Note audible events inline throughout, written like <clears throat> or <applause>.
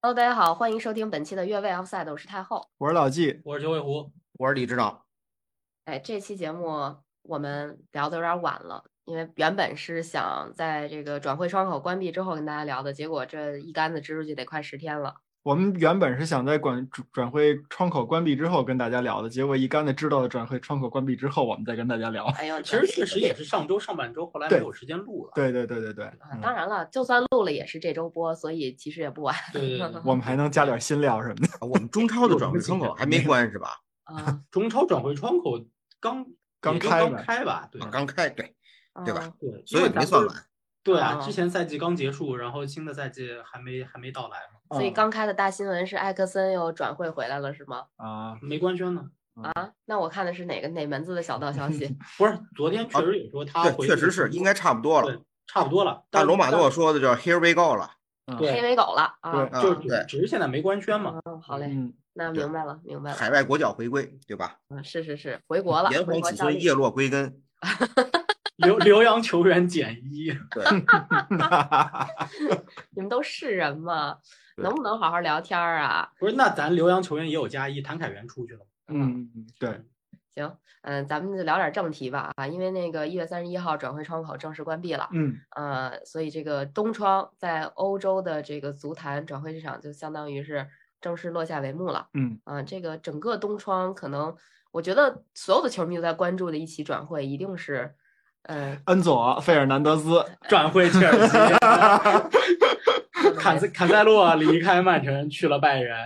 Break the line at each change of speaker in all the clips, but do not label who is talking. Hello，大家好，欢迎收听本期的越位 Offside，我是太后。
我是老纪，
我是九尾狐，
我是李指导，
哎，这期节目我们聊的有点晚了，因为原本是想在这个转会窗口关闭之后跟大家聊的，结果这一竿子支出去得快十天了。
我们原本是想在管转转会窗口关闭之后跟大家聊的，结果一竿子知道了转会窗口关闭之后，我们再跟大家聊。 <laughs>
哎呦，
其实确 <laughs> 实也是上周上半周，后来没
对
有时间录了。
对对对对对，
嗯
嗯
啊当然了，就算录了也是这周播，所以其实也不晚
对对对，
我们还能加点新料什么的。
啊我们中超的转会窗口还没关是吧？
啊。
中超转会窗口刚
刚
也就
开
刚
吧
开吧，对
啊，刚开对，对吧
嗯？
对，
所
因
以
为咱
没
们
算晚。
对
啊
啊，之前赛季刚结束，然后新的赛季还没还没到来嘛，
嗯
嗯
所以刚开的大新闻是艾克森又转会回来了，是吗？
<laughs> 啊，
嗯没官宣呢。
啊，那我看的是哪个哪门子的小道消
<laughs>
息？
不是，昨天确实也说他
啊对，
回，
确实是应该差不多了
对。差不多了。
但
但
罗马诺说的就是 Here we go 了，
嗯
黑
对，
尾狗了啊！
对
就是
啊
只
对
只是现在没官宣嘛。
嗯，好嘞，
嗯，
那
对
明白了，明白了。
海外国脚回归，对吧？
嗯，是是是，回国了，
炎
回
黄
国
子
效
孙
力
叶落归根，
留留洋球员减一， <laughs>
<laughs>
对，
嗯
你们都是人吗？
对
能不能好好聊天儿啊？
不是？那咱留洋球员也有加一，谭凯源出去了。
嗯，嗯对，
行，嗯，咱们就聊点正题吧啊，因为那个一月三十一号转会窗口正式关闭了，
嗯，
呃，所以这个东窗在欧洲的这个足坛转会市场就相当于是正式落下帷幕了。
嗯，
啊、这个整个东窗可能我觉得所有的球迷都在关注的一起转会一定是，
<laughs>
呃，
恩佐、费尔南德斯，
转会切尔西， <laughs> 坎
对
塞坎塞洛离开曼城去了拜仁。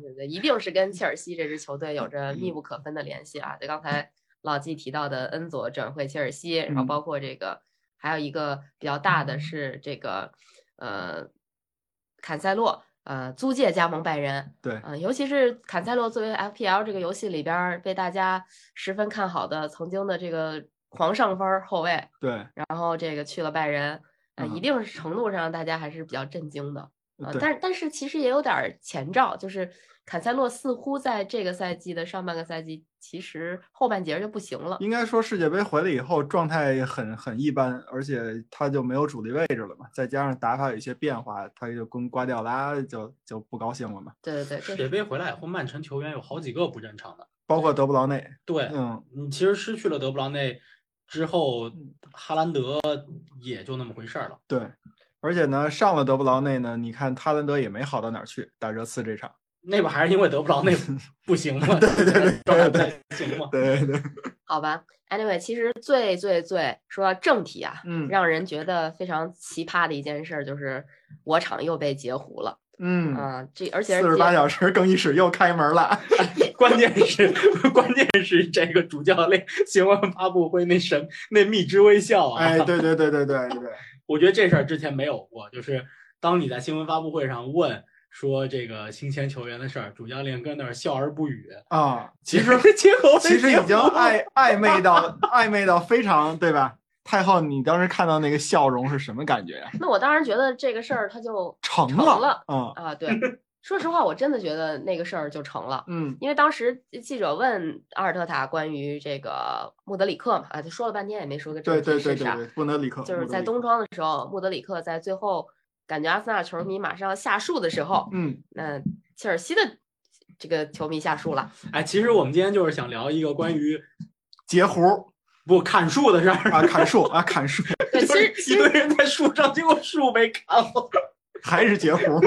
对对，一定是跟切尔西这支球队有着密
嗯
不可分的联系啊！就刚才老季提到的恩佐转会切尔西，然后
嗯
包括这个还有一个比较大的是这个呃坎塞洛呃租借加盟拜仁，
对，
嗯，尤其是坎塞洛作为 FPL 这个游戏里边儿被大家十分看好的曾经的这个狂上分儿后卫，
对，
然后这个去了拜仁，呃，一
嗯
定程度上大家还是比较震惊的。啊，
对，
但但是其实也有点儿前兆，就是坎塞洛似乎在这个赛季的上半个赛季，其实后半截儿就不行了。
应该说世界杯回来以后状态很很一般，而且他就没有主力位置了嘛，再加上打法有一些变化，他就跟瓜迪奥拉就就不高兴了嘛，
对对对，这
世界杯回来以后，曼城球员有好几个不正常的。
包括德布劳内，
对，
嗯，
你其实失去了德布劳内之后，哈兰德也就那么回事儿了。
对，而且呢，上了德布劳内呢，你看哈兰德也没好到哪儿去，打热刺这场。
那不还是因为德布劳 <laughs> 内不行吗？对对对对，行吗？
对对对，
好吧，anyway，其实最最最说到正题啊，
<laughs> 嗯
让人觉得非常奇葩的一件事儿就是我厂又被截胡了
嗯，
啊、这而且
四
是
十八
截
小时更衣室又开门了。
关键是关键是这个主教练新闻发布会那神那蜜汁微笑啊！
哎，对对对对对
<laughs>
对，
我觉得这事儿之前没有过，就是当你在新闻发布会上问说这个新签球员的事儿，主教练跟那儿笑而不语。
哦
啊，其实
<laughs> 结果
其实已经
哎
暧暧昧到暧昧到非常，对吧？太后，你当时看到那个笑容是什么感觉呀？
那我当然觉得这个事儿它就
成
成
了
了，
嗯
啊，
<laughs>
对，说实话，我真的觉得那个事儿就成了。
嗯
因为当时记者问阿尔特塔关于这个穆德里克嘛，啊，他说了半天也没说个
对
正
对
题
对
是
对
啥，
对，不能立刻
啊就是在，
不
东窗的时候，穆德里克在最后感觉阿森纳球迷马上要下树的时候，
能立刻
那切尔西的这个球迷下树
<laughs>
了，
哎，其实我们今天就是想聊一个关于
嗯，截胡
不砍树的事儿，
啊，砍树啊，砍树，
<laughs>
<laughs>
<laughs>
对，其实
一堆人在树上，结果树被砍
<laughs>
了。
还是截胡，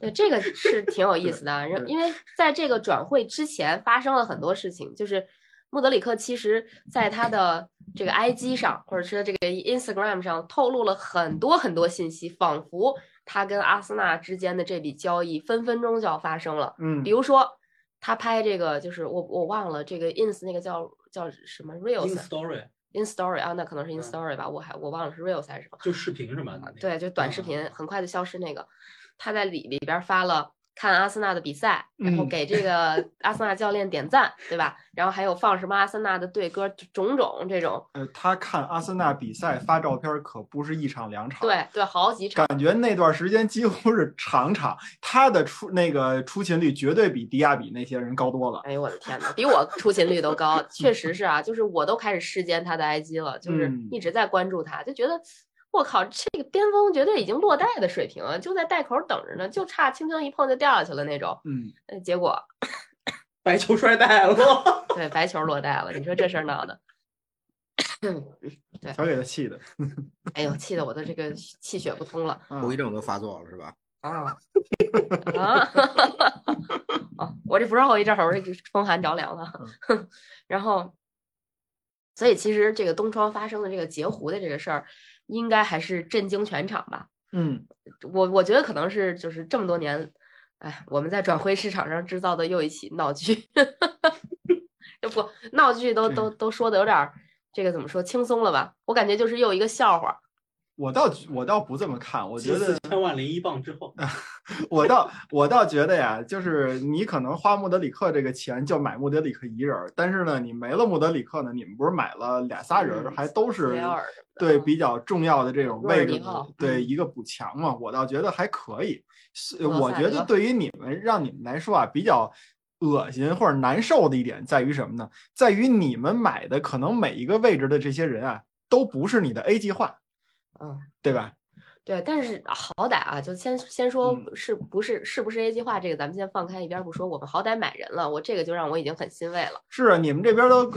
对，这个是挺有意思的啊，因
对
因为在这个转会之前发生了很多事情，就是穆德里克其实在他的这个 IG 上，或者是这个 Instagram 上透露了很多很多信息，仿佛他跟阿森纳之间的这笔交易分分钟就要发生了。
嗯
比，如说，他拍这个就是我我忘了这个 ins 那个叫叫什么 reels
Story
in story 啊，那可能是 in
嗯
story 吧，我还我忘了是 reels 还是什么。
就视频是吧？那个
对，就短视
嗯
频很快就消失那个，他在里里边儿发了看阿森纳的比赛，然后
嗯 <laughs>
给这个阿森纳教练点赞，对吧？然后还有放什么阿森纳的队歌，种种这种，
呃，他看阿森纳比赛发照片可不是一场两场，
对对，好几场，
感觉那段时间几乎是场场，他的出那个出勤率绝对比迪亚比那些人高多了。
哎呦我的天呐，比我出勤率都
<laughs>
高，确实是啊，就是我都开始视奸他的 IG 了，就是
嗯
一直在关注他，就觉得我靠，这个边锋绝对已经落袋的水平了，就在袋口等着呢，就差轻轻一碰就掉下去了那种。
嗯，
呃结果
白球摔袋 <laughs> 了。
对白球落袋了，你说这事儿闹的，
小给他气的，
哎呦，气得我的这个气血不
<laughs>
通了
啊
后遗症都发作了是吧？
啊啊！哦，我这不是后遗症，我这是风寒着凉了。
嗯
<laughs> 然后，所以其实这个东窗发生的这个截胡的这个事儿，应该还是震惊全场吧。
嗯，
我我觉得可能是就是这么多年，哎，我们在转会市场上制造的又一起闹剧， <laughs> 这不闹剧都都都说的有点儿这个怎么说轻松了吧？我感觉就是又一个笑话。
我倒我倒不这么看，我觉得
四千万零一磅之后，
我倒我倒觉得呀，就是你可能花穆德里克这个钱就买穆德里克一人儿，但是呢，你没了穆德里克呢，你们不是买了俩仨人儿，
嗯
还都是
维尔什么的
对
嗯
比较重要的这种
若尔
位
尼
置的
奥
对
嗯
一个补强嘛，我倒觉得还可以。是
罗
我
萨
觉得
德
对于你们让你们来说啊，比较恶心或者难受的一点在于什么呢？在于你们买的可能每一个位置的这些人啊，都不是你的 A 计划，
嗯，
对吧？
对，但是好歹啊，就先先说
嗯
是不是是不是 A 计划这个，咱们先放开一边儿不说，我们好歹买人了，我这个就让我已经很欣慰了。
是啊，你们这边都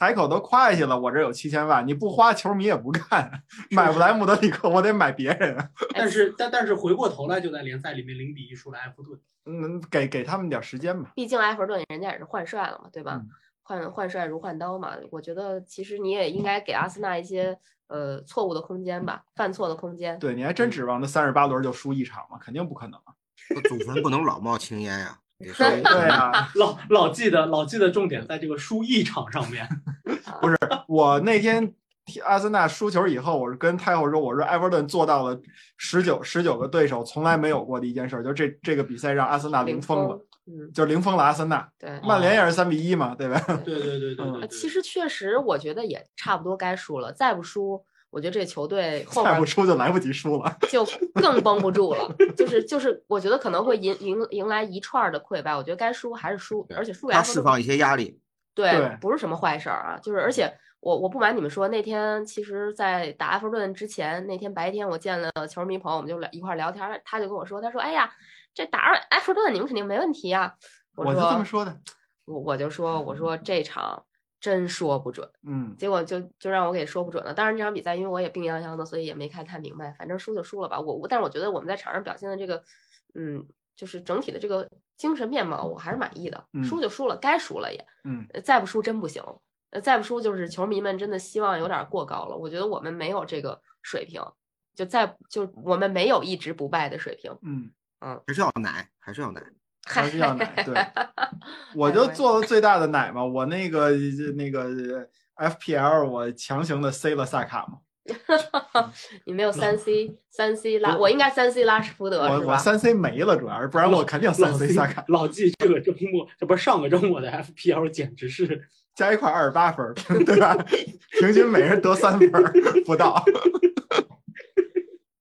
海口都夸下去了，我这有七千万，你不花，球迷也不看，买不来穆德里克，我得买别人啊。
但是但但是回过头来就在联赛里面零比一输了埃弗顿，
嗯，给给他们点时间吧。
毕竟埃弗顿人家也是换帅了嘛，对吧？
嗯
换换帅如换刀嘛，我觉得其实你也应该给阿森纳一些呃错误的空间吧，犯错的空间。
对，你还真指望他三十八轮就输一场吗？肯定不可能啊。
祖坟不能老冒青烟呀、
<laughs>
得稍微
对啊，
老老记得老记得重点在这个输一场上面。 <laughs>
我那天踢阿森纳输球以后，我是跟太后说，我说埃弗顿做到了十九十九个对手从来没有过的一件事，就这这个比赛让阿森纳零
零
封嗯了
封，哦嗯，
就零封了阿森纳。
对。呃
曼联也是三比一嘛，对吧？
对对对对对
嗯
对，
其实确实，我觉得也差不多该输了，再不输，我觉得这球队后
再
边
不输就来不及输了。
就更绷不住了。就是就是，我觉得可能会迎迎迎来一串儿的溃败。我觉得该输还是输，
对
而且输给
他
埃
释
弗顿
放一些压力。
对
对不是什么坏事儿啊。就是而且我我不瞒你们说，那天其实，在打埃弗顿之前，那天白天我见了球迷朋友，我们就聊一块儿聊天儿，他就跟我说，他说：“哎呀，这打上埃弗顿你们肯定没问题呀。”我
我就这么
说
说的。：“
我我就说我说这场真说不准。”
嗯，
结果就就让我给说不准了。当然这场比赛因为我也病殃殃的，所以也没看太明白。反正输就输了吧。我我但是我觉得我们在场上表现的这个，嗯，就是整体的这个精神面貌，我还是满意的
嗯。
输就输了，该输了也，
嗯
呃再不输真不行。呃，再不输就是球迷们真的希望有点过高了。我觉得我们没有这个水平，就再就我们没有一直不败的水平。
嗯，
还是要奶，还是要奶。
还是要奶。对，我
哎
就
我也
做了最大的奶嘛，我那个那个 FPL 我强行的塞了萨卡嘛，
<laughs> 你没有三
<laughs>
C 三 C 拉，我应该三 C 拉什福德
我
是
我
吧？
三 C 没了，主要是不然我肯定三
老
C
记
萨卡，
老记这个周末，这不是上个周末的 FPL 简直是
加一块二十八分儿， <laughs> 对吧？平均每人得三分儿不到。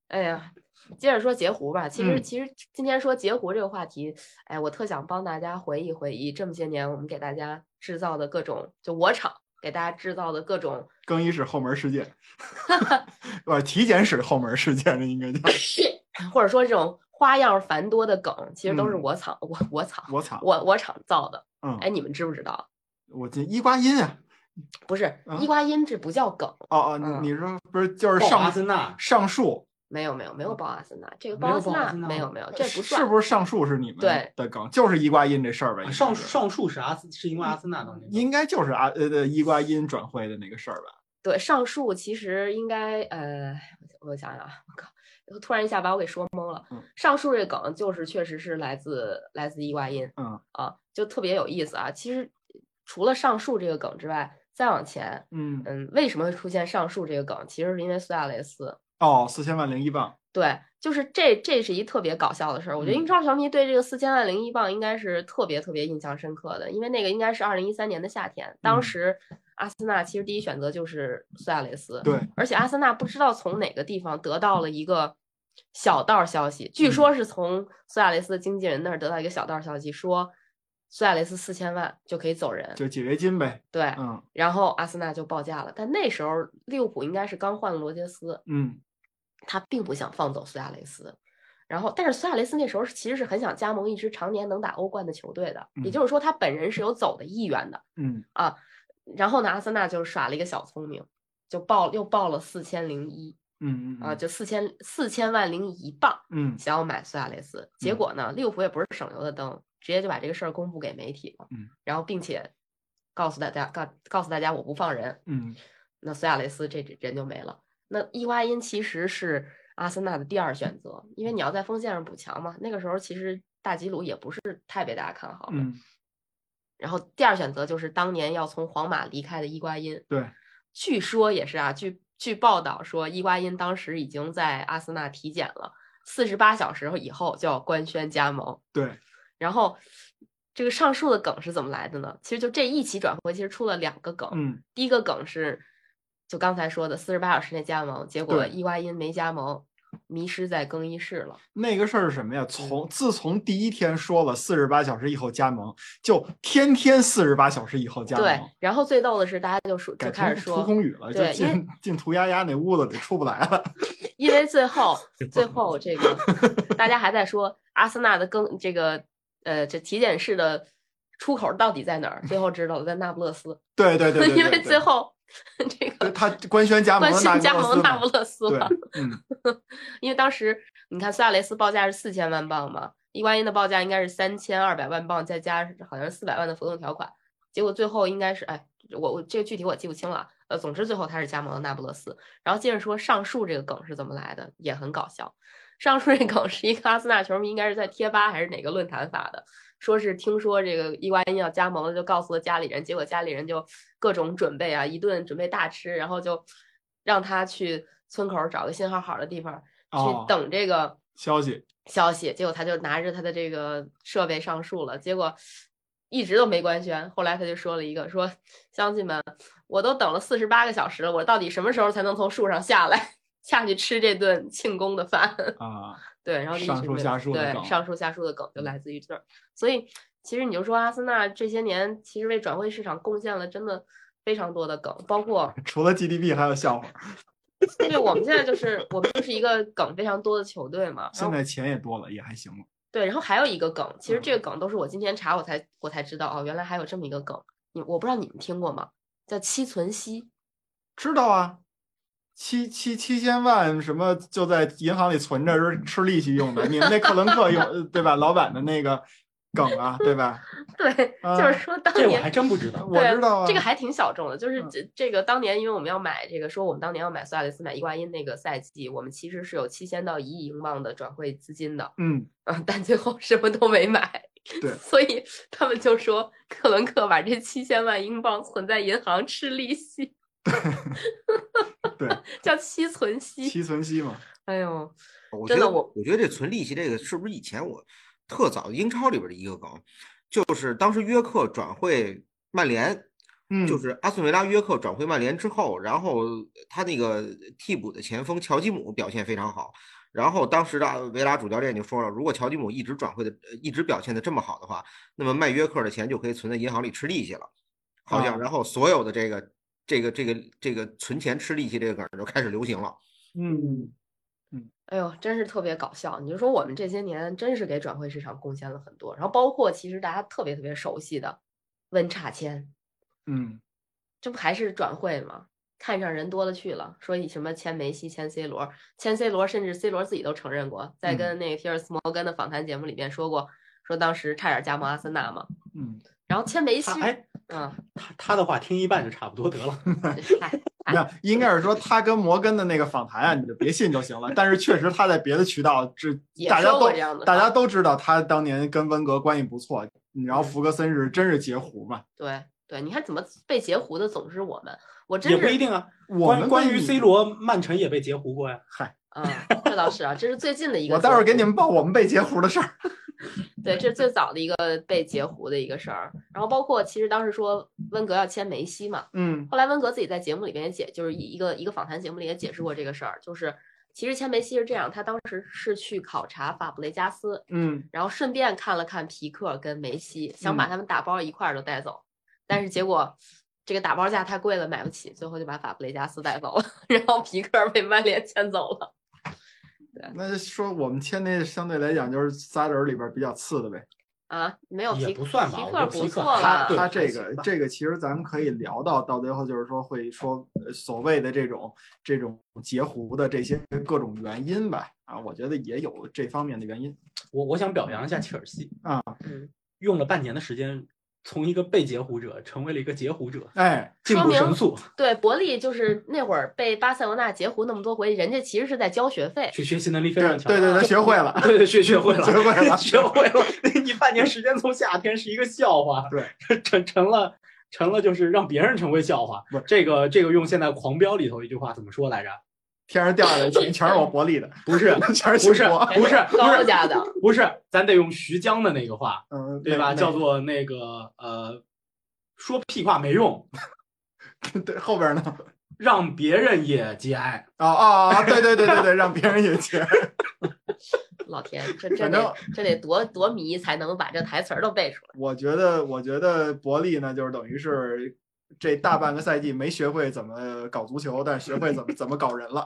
哎呀，接着说截胡吧。其实，
嗯
其实今天说截胡这个话题，哎，我特想帮大家回忆回忆这么些年我们给大家制造的各种，就我场给大家制造的各种，
更衣室后门事
<laughs>
件，不是体检室后门事件，这应该叫。
或者说这种花样繁多的梗，其实都是
嗯
我场、我我场
我操，
我我场造的。
嗯，
哎，你们知不知道？
我进伊瓜因啊，
不是
啊
伊瓜因这不叫梗，
哦哦，
嗯
你你说不是就是
爆阿
上
森纳，
上述，
没有没有没有报阿森纳，这个
嗯没
报
有
阿森
报阿
纳
森纳
没有
吗
没有，这不
是
算。
不是上述是你们
对
的梗，就是伊瓜因这事儿呗。
啊上上述是阿森是因为阿森纳当年
应该就是啊呃呃伊瓜因转会的那个事儿吧？
对，上述其实应该呃，我想想啊，我靠，突然一下把我给说懵了
嗯。
上述这梗就是确实是来自来自伊瓜因，
嗯
啊，就特别有意思啊。其实除了上述这个梗之外，再往前，
嗯，
嗯，为什么会出现上述这个梗？其实是因为苏亚雷斯。
哦，四千万零一磅，
对，就是这，这是一特别搞笑的事儿。我觉得
嗯
英超球迷对这个四千万零一磅应该是特别特别印象深刻的，因为那个应该是二零一三年的夏天，当
嗯
时阿森纳其实第一选择就是苏亚雷斯，
对，
而且阿森纳不知道从哪个地方得到了一个小道消息，据
嗯
说是从苏亚雷斯的经纪人那儿得到一个小道消息，说苏亚雷斯四千万就可以走人。
就解约金呗。
对，
嗯
然后阿森纳就报价了，但那时候利物浦应该是刚换了罗杰斯，
嗯
他并不想放走苏亚雷斯。然后，但是苏亚雷斯那时候是其实是很想加盟一支常年能打欧冠的球队的，也
嗯
就是说他本人是有走的意愿的。
嗯，
然后呢，阿森纳就耍了一个小聪明，就报又报了四千零一
嗯嗯
啊，就四千四千万零一磅，
嗯
想要买苏亚雷斯。结
嗯
果呢，利物浦也不是省油的灯，直接就把这个事儿公布给媒体了
嗯，
然后并且告诉大家告告诉大家我不放人，
嗯
那苏亚雷斯这人就没了。那伊瓜因其实是阿森纳的第二选择，因为
嗯
你要在锋线上补强嘛。那个时候其实大吉鲁也不是太被大家看好的。
嗯，
然后第二选择就是当年要从皇马离开的伊瓜因。
对，
据说也是啊，据据报道说，伊瓜因当时已经在阿森纳体检了，四十八小时以后就要官宣加盟。
对，
然后这个上述的梗是怎么来的呢？其实就这一起转会，其实出了两个梗。
嗯
第一个梗是，就刚才说的四十八小时内加盟，结果
对
伊瓜因没加盟，迷失在更衣室了。
那个事儿是什么
嗯
呀？从自从第一天说了四十八小时以后加盟，就天天四十八小时以后加
对
盟。，
然后最逗的是，大家就说就
改
开
成
始
涂
说，
空宇了，就
对因为
进进涂鸦鸦那屋子里出不来了。 <laughs>
因为最后最后这个大家还在说阿森纳的更这个呃这体检室的出口到底在哪儿？最后知道了，在那不勒斯，
对对对对对
因为最后 <laughs> 这
对
个
他官宣加盟
官
了
宣
那
加
不勒
盟
斯
那
嘛
不勒斯
对
了。，
嗯
因为当时你看苏亚雷斯报价是四千万镑嘛，伊瓜因的报价应该是三千二百万镑，再加上好像是四百万的浮动条款，结果最后应该是哎，我我这个具体我记不清了，呃，总之最后他是加盟了那不勒斯。然后接着说上述这个梗是怎么来的，也很搞笑。上述这梗是一个阿森纳球迷，应该是在贴吧还是哪个论坛发的，说是听说这个伊瓜因要加盟了，就告诉了家里人，结果家里人就各种准备啊，一顿准备大吃，然后就让他去村口找个信号好的地方，
哦
去等这个
消息，
消息，结果他就拿着他的这个设备上树了，结果一直都没官宣。后来他就说了一个说，乡亲们，我都等了四十八个小时了，我到底什么时候才能从树上下来， <laughs> 下去吃这顿庆功的饭？ <laughs>
啊，
对，然后就一
上
直
树
没有
下树的
对
梗嗯
上树下树的梗就来自于这儿。所以其实你就说阿森纳这些年其实为转会市场贡献了真的非常多的梗，包括
除了 GDP 还有笑话，
对我们现在就是我们就是一个梗非常多的球队
<laughs>
嘛。然
现
后
在钱也多了，也还行了。
对，然后还有一个梗，其实这
嗯
个梗都是我今天查我才我才知道哦，原来还有这么一个梗，你我不知道你们听过吗？叫七存息，
知道啊，七七七千万什么就在银行里存着，是吃利息用的。你们那克伦克用呃 <laughs> 对吧？老板的那个梗啊，对吧？
对，就
啊
是说当
这我
年
还真不知道。
我
对
知道啊，
这个还挺小众的，就是
嗯
这这个当年，因为我们要买这个，说我们当年要买苏亚雷斯、买伊瓜因那个赛季，我们其实是有七千到一亿英镑的转会资金的，
嗯，
嗯，但最后什么都没买。
对
所以他们就说克伦克把这七千万英镑存在银行吃利息， <laughs>
对，
叫七存息。
七存息嘛，
哎呦，
我
真
觉
的
得
我
我觉得这存利息这个是不是以前我特早英超里边的一个梗，就是当时约克转会曼联，
嗯，
就是阿斯维拉约克转会曼联之后，然后他那个替补的前锋乔吉姆表现非常好，然后当时的阿维拉主教练就说了，如果乔吉姆一直转会的呃一直表现的这么好的话，那么卖约克的钱就可以存在银行里吃利息了，好像，
啊
然后所有的这个这个这个这个存钱吃利息这个梗儿就开始流行了。
嗯，
哎呦，真是特别搞笑！你就说我们这些年真是给转会市场贡献了很多，然后包括其实大家特别特别熟悉的温差签，
嗯
这不还是转会吗？看上人多了去了，说以什么签梅西、签 C 罗、签 C 罗，甚至 C 罗自己都承认过，在
嗯
跟那个皮尔斯摩根的访谈节目里面说过，说当时差点加盟阿森纳嘛。
嗯，
然后签梅西
他，哎，
嗯，哎
他他的话听一半就差不多得了。
<laughs>
嗨
那应该是说他跟摩根的那个访谈啊，你就别信就行了。但是确实他在别的渠道，这
也
大家
说过
都
这样的啊
大
话
家都知道他当年跟温格关系不错，然后
嗯
福格森是真是截胡嘛。
对对，你看怎么被截胡的总是我们，我真
也不
是
一定啊。
我
关
们
关
跟
于
你
C，罗，曼城也被截胡过呀。
啊，这倒是啊，这是最近的一个
我
截胡。
待会儿给你们报我们被截胡的事儿。
对，这是最早的一个被截胡的一个事儿。然后包括其实当时说温格要签梅西嘛，
嗯
后来温格自己在节目里边也解，就是一一个一个访谈节目里也解释过这个事儿，就是其实签梅西是这样，他当时是去考察法布雷加斯，
嗯，
然后顺便看了看皮克跟梅西，想把
嗯
他们打包一块儿都带走，但是结果。这个打包 <laughs> 价太贵了，买不起，最后就把法布雷加斯带走了，然后皮克被曼联签走了。得
那就说我们签那相对来讲就是仨人里边比较次的呗。
啊，没有
也
皮
不算吧
皮
我
克
觉
不
得皮克
错
还
吧
他
对？
他这
还
个
行吧
这个其实咱们可以聊到到最后，就是说会说呃所谓的这种这种截胡的这些各种原因吧。啊，我觉得也有这方面的原因。
我我想表扬一下切尔西
啊，
嗯
用了半年的时间，从一个被截胡者成为了一个截胡者，
哎，
进
说
步
明
神速，
对，伯利就是那会儿被巴塞罗那截胡那么多回，人家其实是在交学费。
学学习能力非
对
常强。
对对，他学会了。
对对，学学会了，
学会了
学会了。你半年时间从夏天是一个笑话，对，成成了成了就是让别人成为笑话
不是。
这个这个用现在《狂飙》里头一句话怎么说来着？
<laughs> 天上掉下来全全是我伯利的， <laughs>
不是
全
<laughs>
是
不是
姓伯。
<laughs> 不是不
高
是
家的，
不是，咱得用徐江的那个话，
嗯，
对吧？
那
叫做那个呃，说屁话没用，
对后边呢？
让别人也节哀。
哦哦哦，对对对对对，让别人也接。
老天，这这
反
得这得多多迷才能把这台词儿都背出来。
我觉得，我觉得伯利呢，就是等于是这大半个赛季没学会怎么搞足球，但是学会怎么怎么搞人了。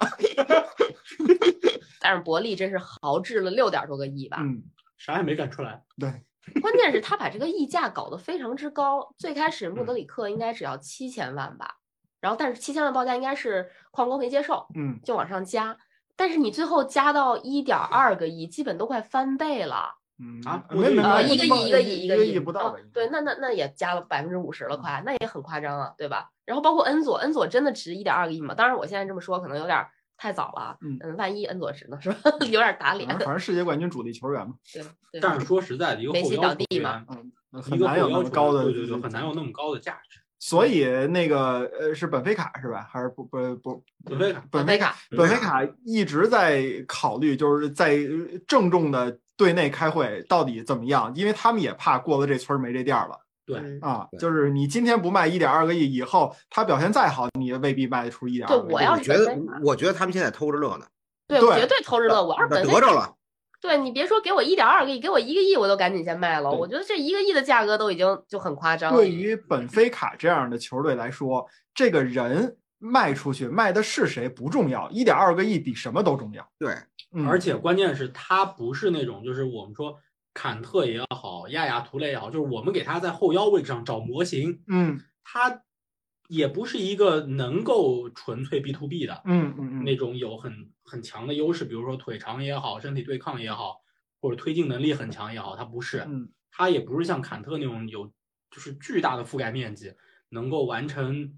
但是伯利真是豪掷了六点多个亿吧，
嗯，
啥也没干出来，嗯
关键是他把这个溢价搞得非常之高。最开
嗯
始穆德里克应该只要七千万吧，然后但是七千万报价应该是矿工没接受，
嗯，
就往上加。但是你最后加到一点二个亿，基本都快翻倍了，
嗯
啊
没没
呃，
没
一个亿
一
个亿
亿
个
个
亿
不
哦
到吧？
对，那那那也加了百分之五十了，快，那也很夸张啊，对吧？然后包括恩佐，恩佐真的值一点二个亿吗？当然，我现在这么说可能有点儿太早了啊，
嗯啊
嗯，万一恩佐值呢，是吧？ <laughs> 有点儿打脸
反，正反正世界冠军主力球员嘛，
对对。
但是说实在的，一个
梅
后
西
腰
倒
球
地嘛
员，
嗯
一
很
个
难有
后
那么
腰球
高
员
的，
对对对，很难有那么高的价值。
所以那个呃是本菲卡是吧？还是不不不
本菲卡
本
贝
菲
卡，
本菲卡一直在考虑，就是在呃郑重的对内开会到底怎么样，因为他们也怕过了这村儿没这店儿了。
对
嗯
啊，
对
就是你今天不卖一点二个亿，以后他表现再好，你也未必卖得出一点
对
二个亿。
我要
我
是
觉得
本菲卡，
我觉得他们现在偷着乐呢，
对，
对
我绝对偷着乐。我二
那
本
得
菲
着了，
对你别说给我一点二个亿，给我一个亿我都赶紧先卖了。
对
我觉得这一个亿的价格都已经就很夸张了。
对于本菲卡这样的球队来说，这个人卖出去卖的是谁不重要，一点二个亿比什么都重要。
对，
嗯、
而且关键是他不是那种，就是我们说坎特也好，亚亚图雷也好，就是我们给他在后腰位置上找模型，
嗯，
他也不是一个能够纯粹 B to B 的
嗯嗯
那
嗯
种有很很强的优势，比如说腿长也好，身体对抗也好，或者推进能力很强也好，他不是，
嗯
他也不是像坎特那种有就是巨大的覆盖面积，能够完成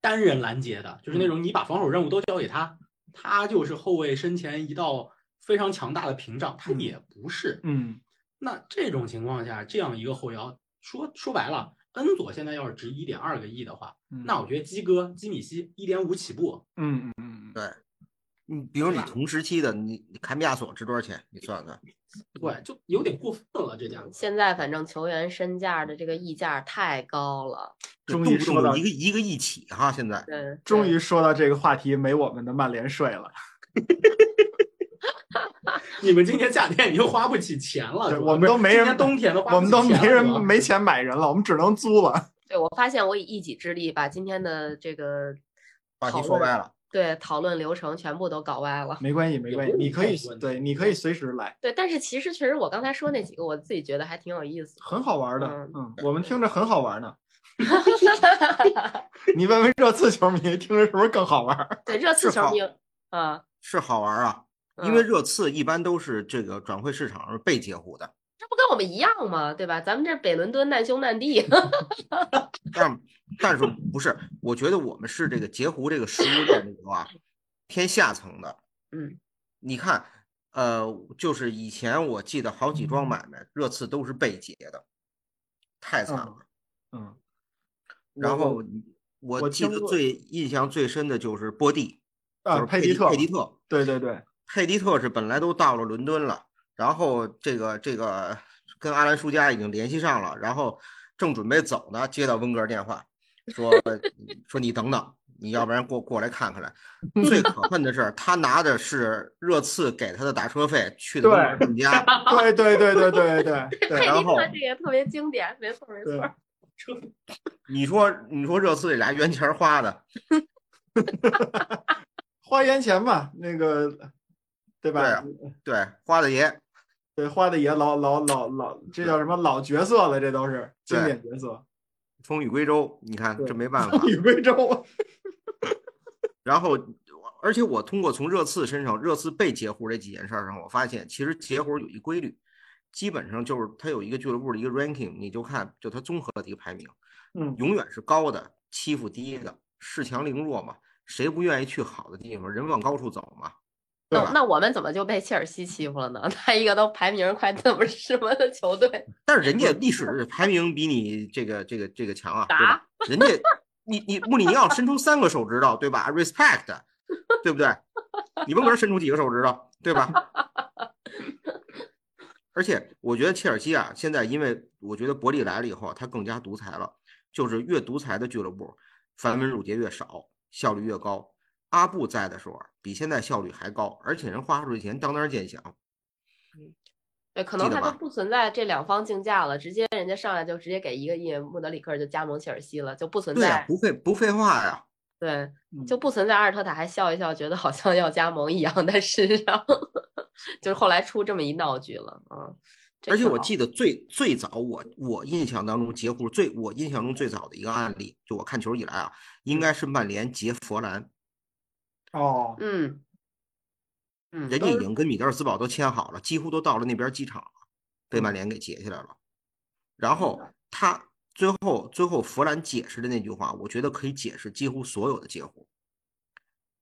单人拦截
嗯
的，就是那种你把防守任务都交给他，他就是后卫身前一道非常强大的屏障，他也不是。
嗯
那这种情况下，这样一个后腰，说说白了，恩佐现在要是值一点二个亿的话，
嗯，
那我觉得基哥、基米希一点五起步，
嗯嗯嗯嗯，
嗯，比如你
对吧
同时期的，你你坎比亚索值多少钱？你算算，
嗯
对，就有点过分了，这价格。
现在反正球员身价的这个溢价太高了，
终
动
于
不动
说
就
到
一个一个一起哈，现在
对，对
终于说到这个话题，没我们的曼联税了。
你们今年夏天已经花不起钱了，
对
是吧
我们都没人
今年冬天都花不起
我们都没
钱了
人
是吧
没钱买人了，我们只能租了。
对我发现我以一己之力把今天的这个
话题
讨
说
论
歪了。
对讨论流程全部都搞歪了。
没关系，没关系，
也不
你可
是
以
太多问题
对，你可以随时来，
对，但是其实确实我刚才说那几个，我自己觉得还挺有意
<laughs>
思的。
很好玩的。
嗯
嗯，我们听着很好玩呢。 <laughs> 你问问热刺球迷，听着是不是更好玩儿？
对，热刺
是
球
好
迷啊，嗯
是好玩啊，因
嗯
为热刺一般都是这个转会市场上被截胡的，
这不跟我们一样吗？对吧？咱们这北伦敦难兄难弟，
但但是不是？我觉得我们是这个截胡这个食物链里头啊，偏下层的。
嗯，
你看，呃，就是以前我记得好几
嗯
桩买卖，热刺都是被截的，太惨了。
嗯，
然
我
后我
我
记
听
得
过
最印象最深的就是波蒂，就
啊，
是
佩
迪
迪特
佩，迪特，
对对对，
佩迪特是本来都到了伦敦了，然后这个这个跟阿兰舒加已经联系上了，然后正准备走呢，接到温格尔电话，说 <laughs> 说你等等，你要不然过过来看看来。最可恨的是，他拿的是热刺给他的打车费去的温格尔他们家，
对对对对对对
佩
对，
迪
然后
特这个特别经典，没错没
对
错。
你说你说热刺这俩冤钱花的，
花园钱嘛，那个对吧？
对啊对，花的爷，
对，花的也老老老老，这叫什么老角色了？这都是经
对
典角色。
风雨归舟，你看
对
这没办
<laughs>
法
风。雨归舟，
然后，而且我通过从热刺身上，热刺被截胡这几件事儿上，我发现其实截胡有一规律，基本上就是它有一个俱乐部的一个 ranking，你就看就它综合的一个排名，
嗯，
永远是高的欺负低的，恃强凌弱嘛，谁不愿意去好的地方？人往高处走嘛。
对
那
吧
那我们怎么就被切尔西欺负了呢？ <laughs> 他一个都排名快那么什么的球队，
但是人家
嗯
历史排名比你这个这个这个强啊，对吧
打？
人家你你穆里尼奥伸出三个手指头，对吧？Respect，对不对？你温格伸出几个手指头，对吧？而且我觉得切尔西啊，现在因为我觉得伯利来了以后，啊他更加独裁了，就是越独裁的俱乐部，繁文缛节越少，效率越高。阿布在的时候，啊比现在效率还高，而且人花出去钱当当见响。
对，可能
记得
他就
吧
不存在这两方竞价了，直接人家上来就直接给一个亿，穆德里克就加盟切尔西了，就不存
对呀、
在
不废不废话呀、
对
嗯
就不存在阿尔特塔还笑一笑，觉得好像要加盟一样在身上， <laughs> 就是后来出这么一闹剧了，嗯，这
而且
挺
我
好
记得最最早我我印象当中截胡最我印象中最早的一个案例，就我看球以来啊，应该是曼联截佛兰，
哦，
嗯嗯，
人家已经跟米德尔斯堡都签好了，几乎都到了那边机场了，被
嗯
曼联给截下来了。然后他最后最后佛兰解释的那句话，我觉得可以解释几乎所有的截胡。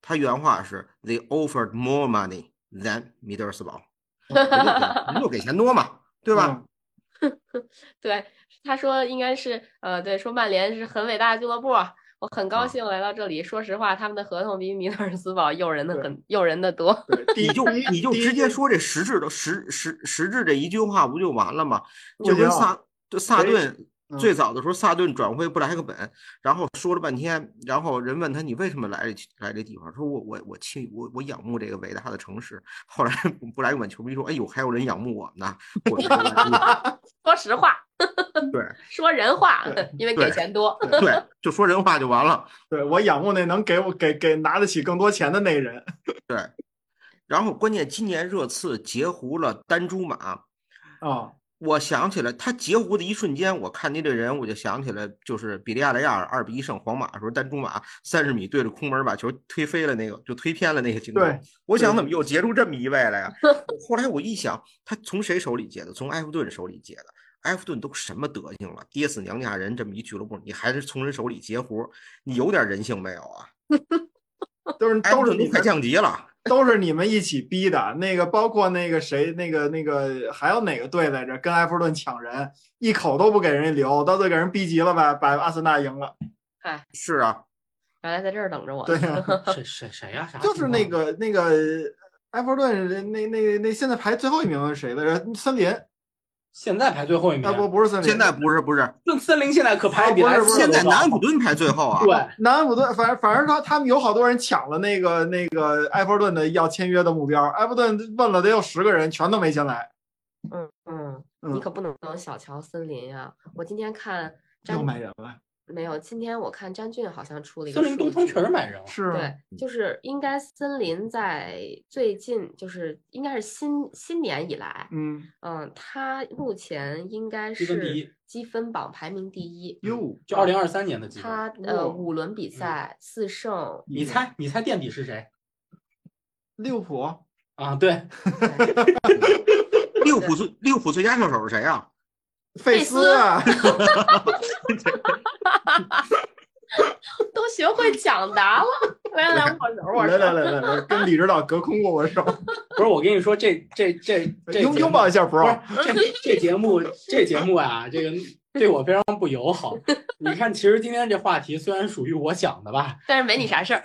他原话是 “They offered more money than 米德尔
<laughs>
斯堡”，人家给人家给钱多嘛，对吧？
嗯？
对，他说应该是，呃，对，说曼联是很伟大的俱乐部啊，我很高
嗯
兴来到这里。说实话，他们的合同比米德尔斯堡诱人的
对
很，诱人的多。
嗯对，第一
你就
第一
你就
第一
直接说这实质的实实实质这一句话不就完了吗？
不
就跟
行
萨就萨
谁
顿
嗯
最早的时候，萨顿转会布莱克本，然后说了半天，然后人问他你为什么来这来这地方？说我我我亲我我仰慕这个伟大的城市。后来布莱克本球迷说，哎呦，还有人仰慕我们呢。我觉得
说实话，
对
<laughs> 说人话，因为给
对
钱多。
<laughs> 对，就说人话就完了。
对我仰慕那能给我给给拿得起更多钱的那人，
对，然后关键今年热刺截胡了丹朱马，
啊，
我想起来，他截胡的一瞬间，我看见这人，我就想起来，就是比利亚雷亚尔二比一胜皇马的时候，丹朱马三十米对着空门把球推飞了，那个就推偏了那个进攻。
对，
我想
对
怎么又截出这么一位
<laughs>
来呀？我后来我一想，他从谁手里截的？从埃弗顿手里截的。埃弗顿都什么德行了？爹死娘家人这么一俱乐部，你还是从人手里截胡，你有点人性没有啊？
都是
埃弗
都是
顿
你
都快
们
降级了，
都是你们一起逼的，那个包括那个谁，那个那个还有哪个队来着？跟埃弗顿抢人，一口都不给人家留，到最后给人逼急了吧，把阿森纳赢了。
哎，
是啊，
原来在这儿等着我。
对 <laughs> 呀、
谁谁谁呀、啥？
就是那，个那个埃弗顿那那那那现在排最后一名是谁来着？森林，啊
现在排最后一名。
不不是森林，
现在不是不是，
那森林现在可排比
啊
莱
不
斯
是
现在
多
南安
高
普顿排最后啊。
对，
南安普顿，反正反正他他们有好多人抢了那个那个埃弗顿的要签约的目标，埃弗顿问了得有十个人，全都没签来。
嗯嗯，你
嗯，
可不能小瞧森林啊！我今天看
又
詹
买人了，
没有，今天我看詹俊好像出了一个
森林
数
东窗
据
全是买人了。
是
对，就是应该森林在最近，就是应该是新新年以来，
嗯
嗯，他目前应该
积分第一
是积分榜排名第一。
哟，
就二零二三年的积分。
他呃
哇嗯
五轮比赛四
<laughs>
胜，
你猜，你猜垫底是谁
利物浦
啊？对，
利物浦最利物浦最佳射手是谁啊？
费斯啊，
<laughs> 都学会抢答了。 <laughs> 来来
<laughs>
来，握手握
来来
手。
来来来，跟李指导隔空握握手，
不是我跟你说，这这这
<laughs>
<laughs> 这
拥
节
拥
目
抱一下
不
Pro，
是这这节目这节目啊，这个对我非常不友好。你看，其实今天这话题虽然属于我想的吧，
但是没你啥事儿。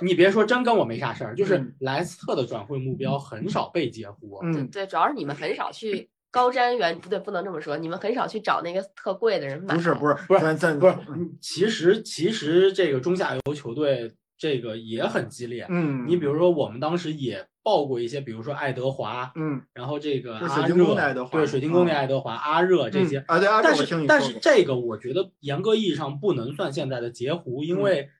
你别说，真跟我没啥事儿。就是
嗯
莱斯特的转会目标很少被截胡，
嗯，
对，主要是你们很少去高瞻远，不对，不能这么说，你们很少去找那个特贵的人买。
不是不
是，
是
不是
咱咱
不是，其实其实这个中下游球队这个也很激烈。
嗯，
你比如说，我们当时也报过一些，比如说爱德华，
嗯
然后这个
就
阿
水晶宫
热
的爱德华
对水晶宫的爱德华、阿热这
嗯
些。
啊对啊，
但
这我听
是
你
但
说
是
过
这个我觉得严格意义上不能算现在的截胡，因
嗯
为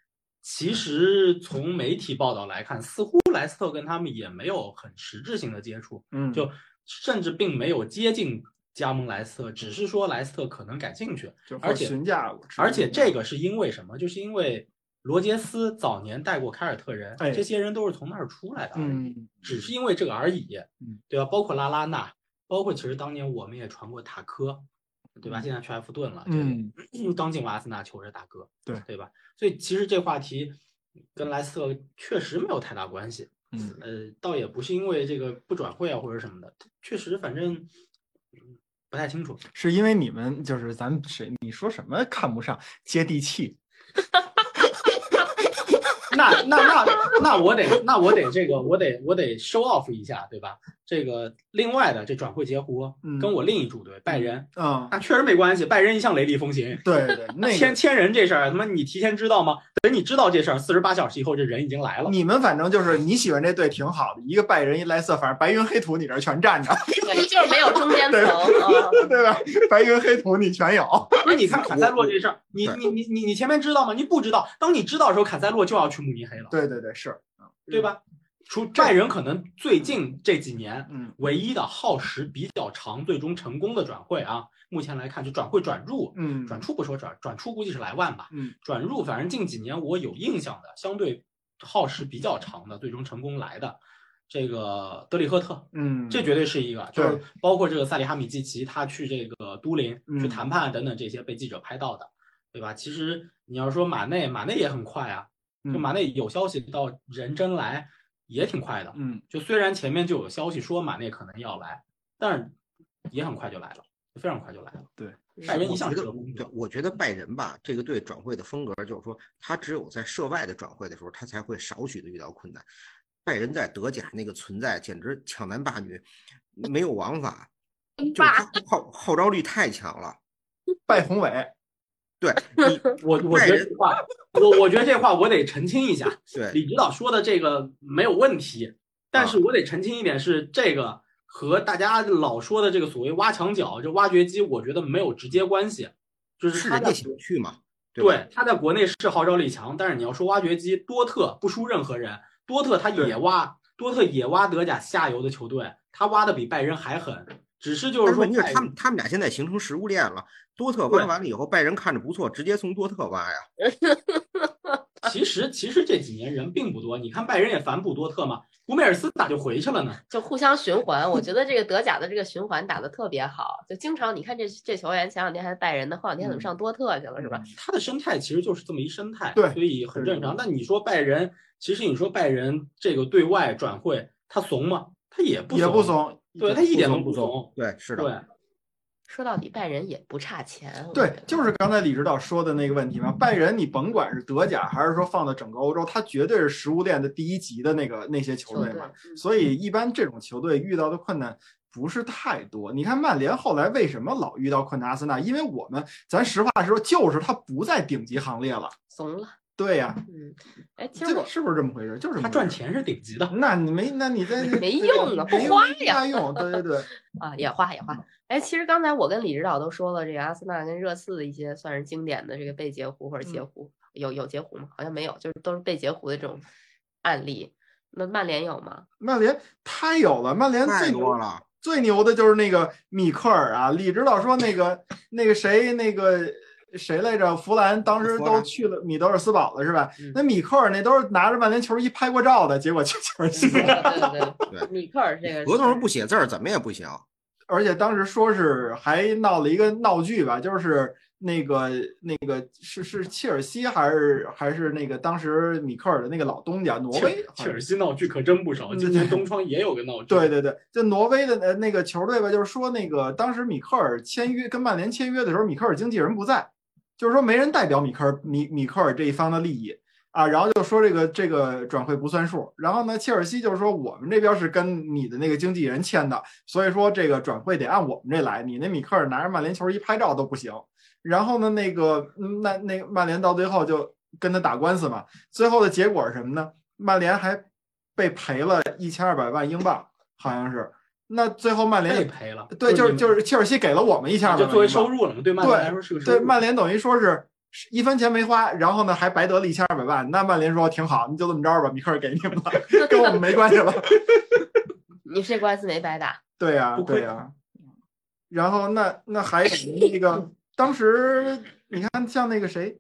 其实从媒体报道来看，似乎莱斯特跟他们也没有很实质性的接触，
嗯，
就甚至并没有接近加盟莱斯特，只是说莱斯特可能感兴趣。
就
而且
询价，
而且这个是因为什么？就是因为罗杰斯早年带过凯尔特人，
哎
这些人都是从那儿出来的而已，
嗯
只是因为这个而已
嗯，
对吧？包括拉拉纳，包括其实当年我们也传过塔科，对吧？现在去埃弗顿了，这个
嗯，
刚进过阿森纳球是大哥，
对
对吧？所以其实这话题跟莱斯特确实没有太大关系，
嗯，
呃，倒也不是因为这个不转会啊或者什么的，确实反正嗯不太清楚。
是因为你们就是咱们谁你说什么看不上接地气，
那那那那我得那我得这个我得我得 show off 一下，对吧？这个另外的这转会截胡
嗯
跟我另一主队拜仁，
嗯，
那确实没关系，拜仁一向雷厉风行。
对对，
<laughs>
那
签
个
签人这事儿，他妈你提前知道吗？等你知道这事儿，四十八小时以后这人已经来了。
你们反正就是你喜欢这队挺好的，一个拜仁一莱瑟，反正白云黑土你这儿全占着， <laughs>
对，就是没有中间层。嗯
对吧？白云黑土你全有，
不是，你看坎塞洛这事儿，你
对
你你你你前面知道吗？你不知道，当你知道的时候，坎塞洛就要去慕尼黑了，
对对对，是，
对吧？除拜仁可能最近这几年
嗯
唯一的耗时比较长、最终成功的转会啊，目前来看就转会转入，
嗯
转出不说转转出估计是莱万吧，
嗯
转入反正近几年我有印象的，相对耗时比较长的，最终成功来的。这个德里赫特，
嗯，
这绝对是一个，就
对
是包括这个萨里哈米季奇，他去这个都灵
嗯
去谈判啊等等这些被记者拍到的，对吧？其实你要说马内，马内也很快啊，就
嗯
马内有消息到人真来也挺快的，
嗯
就虽然前面就有消息说马内可能要来，但是也很快就来了，非常快就来了。拜仁一
我
向
觉
是
得
个工，
对
作，
我觉得拜仁吧，这个队转会的风格就是说，他只有在涉外的转会的时候，他才会少许的遇到困难。拜仁在德甲那个存在简直抢男霸女，没有王法，就是他号号召力太强了。
拜宏伟，
对你，
我我觉
拜
得
仁
这话，我我觉得这话我得澄清一下，
对啊
李指导说的这个没有问题，但是我得澄清一点是，这个和大家老说的这个所谓挖墙脚、这挖掘机，我觉得没有直接关系。就是
是
他
人家
在
想去嘛，对吧
对他在国内是号召力强，但是你要说挖掘机，多特不输任何人，多特他也挖，多特也挖德甲下游的球队，他挖的比拜仁还狠，只是就
但
是
是
说
问题
拜
是他
仁
们他们俩现在形成食物链了。多特
对
挖完了以后，拜仁看着不错，直接从多特挖呀。
其实其实这几年人并不多，你看拜仁也反哺多特嘛，古梅尔斯咋就回去了呢？
就互相循环。我觉得这个德甲的这个循环打得特别好，就经常你看这这球员前两天还是拜仁的，后两天怎么
嗯
上多特去了是吧？
它的生态其实就是这么一生态，
对
所以很正常。但你说拜仁，其实你说拜仁这个对外转会，他怂吗？他也不
也不，怂，
对他一点都
不
怂。
对，是
对
的，，
说到底，拜仁也不差钱。我
对
觉得，
就是刚才李指导说的那个问题嘛。拜仁，你甭管是德甲还是说放到整个欧洲，它绝对是食物链的第一级的那个那些球
球
队
队
嘛。所以一般这种球队遇到的困难不是太多。你看曼联后来为什么老遇到困难？阿森纳，因为我们咱实话实说，就是他不在顶级行列了。
怂了。
对呀、
嗯，哎，其
这
实我
是不是这么回事？就是这么
他
回
赚
事。
钱是顶级的。
那你没，那你这
没用啊不花呀
没大用。对对对，
啊也花也
嗯
花。哎，其实刚才我跟李指导都说了，这个阿森纳跟热刺的一些算是经典的这个被截胡或者截
嗯
胡，有有截胡吗？好像没有，就是都是被截胡的这种案例。那曼联有
<laughs>
吗？
曼联太有了，曼联
太
最牛
多了。
最牛的就是那个米克尔啊，李指导说那个那个谁那个谁来着，弗兰当时
弗
都
兰
去了米德尔斯堡了是吧
嗯？
那米克尔那都是拿着曼联球衣拍过照的，结果去球
对
去，
对对，
对
米克尔这个
合同
是
上不写字儿，怎么也不行。
而且当时说是还闹了一个闹剧吧，就是那个那个是是切尔西还是还是那个当时米克尔的那个老东家挪
切
威
尔切尔西闹剧可真不少，
嗯
今年东窗也有个闹剧。
对对对，就挪威的呃那个球队吧，就是说那个当时米克尔签约跟曼联签约的时候，米克尔经纪人不在，就是说没人代表米克尔米米克尔这一方的利益啊，然后就说这个这个转会不算数，然后呢，切尔西就是说我们这边是跟你的那个经纪人签的，所以说这个转会得按我们这来，你那米克尔拿着曼联球衣拍照都不行。然后呢，那个嗯那那个曼联到最后就跟他打官司嘛，最后的结果是什么呢？曼联还被赔了一千二百万英镑，好像是。那最后曼
太
联
赔了。
对，就是
你
就是切尔西给了我们一千二百
就
万英镑，
作为收入了嘛，对曼联来说是个收
对
入。
曼联等于说是一分钱没花，然后呢还白得了一千二百万。那曼联说挺好，你就这么着吧，米克尔给你们了，
<laughs>
跟我们没关系了。
你这官司没白打。
对呀、
<laughs> 不
对
亏
呀、然后那那还有那个当时你看像那个谁，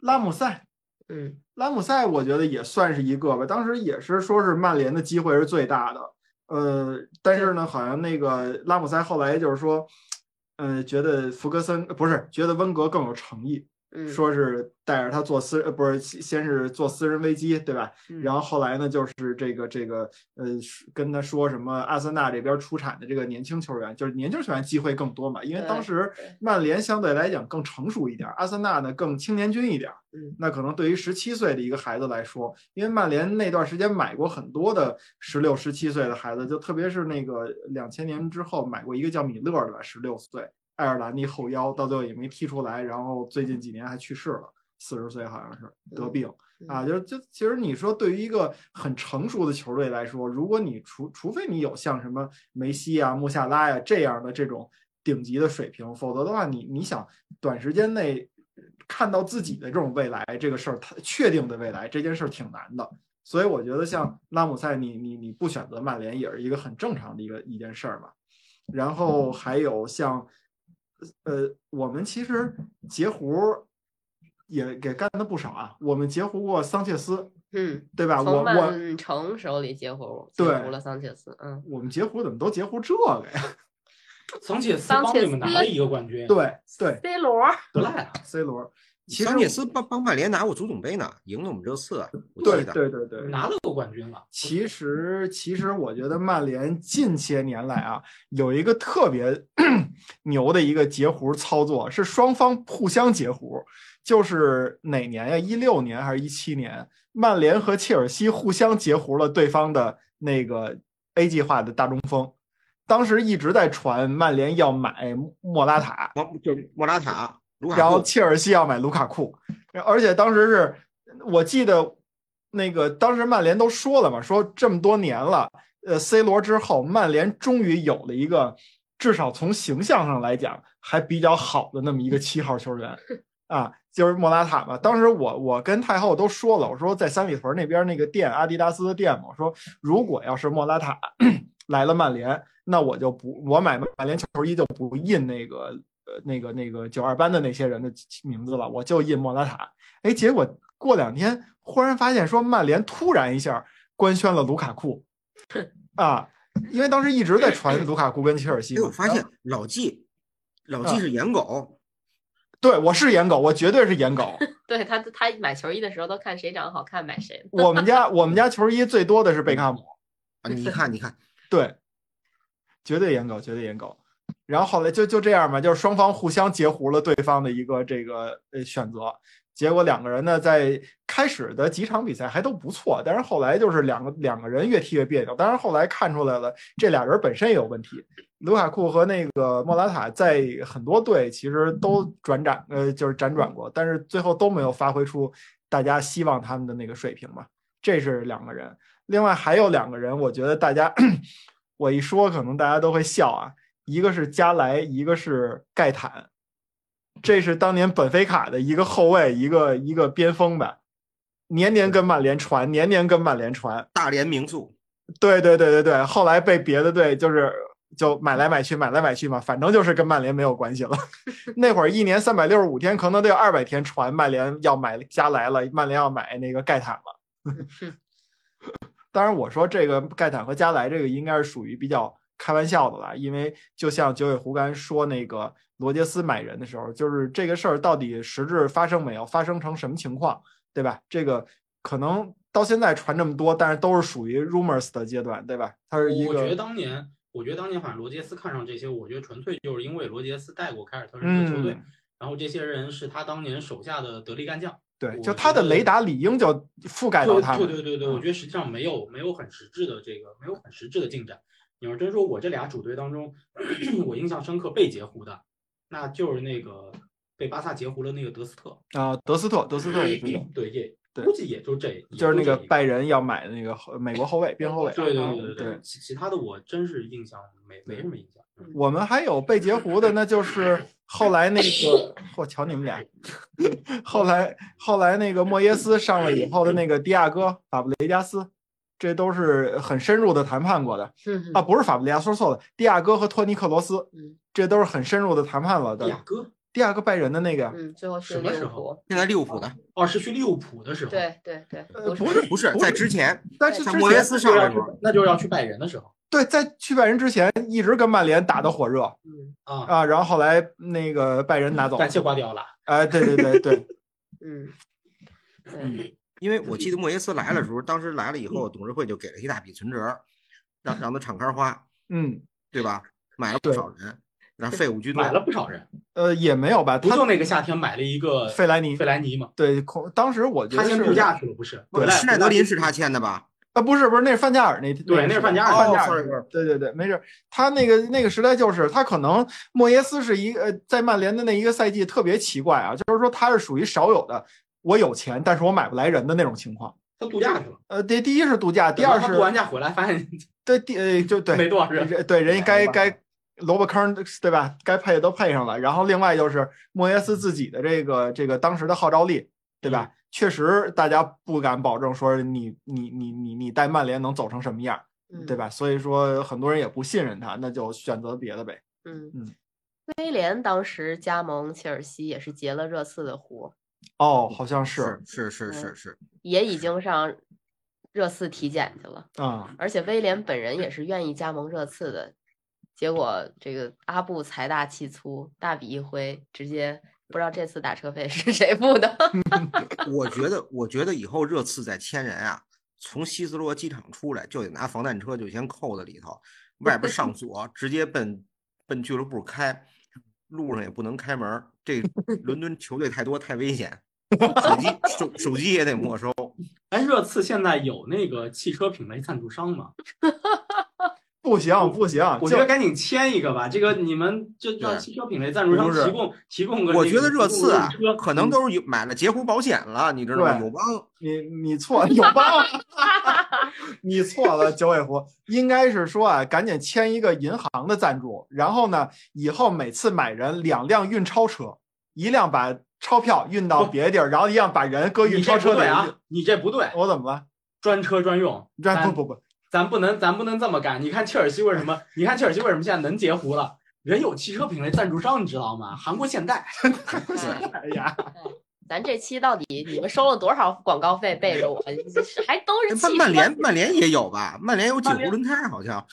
拉姆塞，
嗯
拉姆塞我觉得也算是一个吧，当时也是说是曼联的机会是最大的，呃，但是呢，好像那个拉姆塞后来就是说，呃，觉得福格森呃不是觉得温格更有诚意，
嗯，
说是带着他做私呃不是先先是做私人危机对吧？
嗯
然后后来呢就是这个这个呃跟他说什么阿森纳这边出产的这个年轻球员，就是年轻球员机会更多嘛，因为当
对
时
对
曼联相对来讲更成熟一点，阿森纳呢更青年军一点。
嗯
那可能对于十七岁的一个孩子来说，因为曼联那段时间买过很多的十六、十七岁的孩子，就特别是那个两千年之后买过一个叫米勒的吧，十六岁爱尔兰的一后腰，到最后也没踢出来，然后最近几年还去世了，四十岁好像是
嗯
得病。啊，就是就其实你说，对于一个很成熟的球队来说，如果你除除非你有像什么梅西啊、穆夏拉呀、这样的这种顶级的水平，否则的话，你你想短时间内看到自己的这种未来这个事儿，它确定的未来这件事儿挺难的。所以我觉得像拉姆塞，你你你不选择曼联也是一个很正常的一个一件事儿嘛。然后还有像，呃，我们其实截胡儿也也干了不少啊。我们截胡过桑切斯，
嗯，
对吧？我
从
我
曼城手里截胡，
对
截胡了桑切斯，嗯，
我们截胡怎么都截胡这个呀？
桑切斯
桑
帮
切
你们拿
斯
了一个冠军，，
对对
，C 罗，
不赖啊。
，C 罗，其实
桑切斯帮帮曼联拿过足总杯呢，赢了我们热刺，我记
对
得。
对对对，
拿了个冠军了，
其实，其实我觉得曼联近些年来啊，有一个特别 <clears throat> 牛的一个截胡操作，是双方互相截胡。就是哪年呀？一六年还是一七年？曼联和切尔西互相截胡了对方的那个 A 计划的大中锋。当时一直在传曼联要买莫拉塔，
莫就是莫拉塔、卢卡
然后
库，
切尔西要买卢卡库，而且当时是我记得那个当时曼联都说了嘛，说这么多年了，呃，C 罗之后，曼联终于有了一个至少从形象上来讲还比较好的那么一个七号球
<laughs>
员啊，就是莫拉塔嘛。当时我我跟太后都说了，我说在三里屯那边那个店阿迪达斯的店嘛，我说如果要是莫拉塔 <coughs> 来了曼联，那我就不我买曼联球衣就不印那个呃那个那个九二班的那些人的名字了，我就印莫拉塔。哎，结果过两天忽然发现说曼联突然一下官宣了卢卡库啊，因为当时一直在传卢卡库跟切尔西
哎，
嘛。呃
我发现老纪，老
啊
纪是颜狗，
<laughs> 对我是颜狗，我绝对是颜狗。
对他他买球衣的时候都看谁长得好看买谁，
我们家我们家球衣最多的是贝克汉姆，
啊，你看，你看，
对，绝对颜狗，绝对颜狗。然后后来就就这样吧，就是双方互相截胡了对方的一个这个呃选择。结果两个人呢，在开始的几场比赛还都不错，但是后来就是两个两个人越踢越别扭。当然后来看出来了，这俩人本身也有问题。卢卡库和那个莫拉塔在很多队其实都转展呃就是辗转过，但是最后都没有发挥出大家希望他们的那个水平嘛。这是两个人，另外还有两个人，我觉得大家我一说可能大家都会笑啊，一个是加莱，一个是盖坦，这是当年本菲卡的一个后卫，一个一个边锋吧，年年跟曼联传，年年跟曼联传，
大连名宿，
对对对对对，后来被别的队就是就买来买去，买来买去嘛，反正就是跟曼联没有关系了。 <laughs> 那会儿一年三百六十五天，可能得有二百天传曼联要买加莱了，曼联要买那个盖坦了。 <laughs> 当然，我说这个盖坦和加莱这个应该是属于比较开玩笑的啦，因为就像九尾狐刚才说那个罗杰斯买人的时候，就是这个事儿到底实质发生没有，发生成什么情况，对吧？这个可能到现在传这么多，但是都是属于 rumors 的阶段，对吧？它是一
我觉得
个
当年，我觉得当年好像罗杰斯看上这些，我觉得纯粹就是因为罗杰斯带过凯尔特人这个球队，
嗯
然后这些人是他当年手下的得力干将。
对，
我
就
觉
他的
得
雷达理应就覆盖到
对
他
对
们。嗯
对对对，我觉得实际上没有没有很实质的这个没有很实质的进展。你要真说我这俩主队当中， <clears throat> 我印象深刻被截胡的，那就是那个被巴萨截胡了那个德斯特，
啊，德斯特，德斯特也知道，
对也
对
估计也就这，也
就是那
这
个
一
拜仁要买的那个后美国后卫边后卫。
对对
啊
对对
对。
其其他的我真是印象没没什么印象。嗯
我们还有被截胡的，那就是后来那个，我瞧你们俩。后来后来那个莫耶斯上了以后的那个迪亚哥、法布雷加斯，这都是很深入的谈判过的
嗯
啊，不是法布雷加斯，说错了，迪亚哥和托尼克罗斯
嗯，
这都是很深入的谈判了的
雅。哥
迪亚哥拜仁的那个呀，
嗯，最后是
什么时
利物
候
浦，
现在利物浦
啊
呢？
哦，是去利物浦的时候，，
对对对，
呃，
是
不是
不是在之前，
但是
像
之
莫耶
前
斯
那就
上
要
来
去
时候，
那就是要去拜仁的时候
对，在去拜仁之前一直跟曼联打得火热
嗯
啊，
啊，然后后来那个拜仁拿走了
嗯感，谢瓜迪奥拉。
哎，对对对
<laughs>
对， <laughs>
嗯，对，
嗯
因为我记得莫耶斯来了时候，当时来了以后，董事会就给了一大笔存折，让让他敞开花，
嗯，
对吧？买了不少人，然后废物居多
买。了不少人，
呃，也没有吧，
不
他
就那个夏天买了一个
费莱尼
费莱尼嘛，
对，恐当时我觉
他
得
先
是
度假去了，不是？回来
施耐德林是他签的吧？
啊，不是不是，那是范加尔那
对那是范加尔
哦范加
，sorry，
尔对对对，没事儿。他那个那个时代就是他可能莫耶斯是一个呃在曼联的那一个赛季特别奇怪啊，就是说他是属于少有的我有钱，但是我买不来人的那种情况。
他度假去了。
呃，第第一是度假，第
等到
二
他度完
是
假回来，发现
对第呃就对
没多少人，
人对人家该该萝卜坑儿对吧？该配的都配上了。然后另外就是莫耶斯自己的这个这个当时的号召力，对
嗯
吧？确实大家不敢保证说你你你你你带曼联能走成什么样，嗯
嗯
嗯
对吧？所以说很多人也不信任他，那就选择别的呗。
嗯？嗯
嗯，
威廉当时加盟切尔西也是结了热刺的活，
哦，
嗯
好像是嗯
是是是是是，
也已经上热刺体检去了，
啊，
而且威廉本人也是愿意加盟热刺的，结果这个阿布财大气粗，大笔一挥，直接不知道这次打车费 <laughs> 是谁付
<laughs>
的。啊
我觉得，我觉得以后热刺再签人啊，从希斯罗机场出来就得拿防弹车就先扣在里头，外边上锁，直接奔奔俱乐部开，路上也不能开门儿。
<laughs>
这伦敦球队太多，太危险，手机手手机也得没收。
哎，热刺现在有那个汽车品类赞助商吗？
不行不行，
我觉
就
得赶紧签一个吧。这个你们就让
对
汽车品类赞助商
不是
提供提供个那个。
我觉得热
提供
刺
个
啊
车，
可能都是有买了截胡保险了，你知道吗？
对
友邦
你你错有吧？ <laughs> 你错了，九尾狐应该是说啊，赶紧签一个银行的赞助，然后呢，以后每次买人两辆运钞车，一辆把钞票运到
不
别的地儿，然后一辆把人搁运
你这
钞
不
车
对
里。
啊，你这不对，
我怎么了？
专车专用。
这
咱
不不不，
咱不能咱不能这么干。你看切尔西为什么？你看切尔西为什么现在能截胡了？人有汽车品类赞助商，你知道吗？韩国现代。
哎
哎
<laughs>
呀，
咱这期到底你们收了多少广告费？背着
<laughs>
我，还都是
哎
哎
曼
汽
曼
车
联曼联也有吧？曼联有几
曼
个
联
轮胎
<laughs>
好像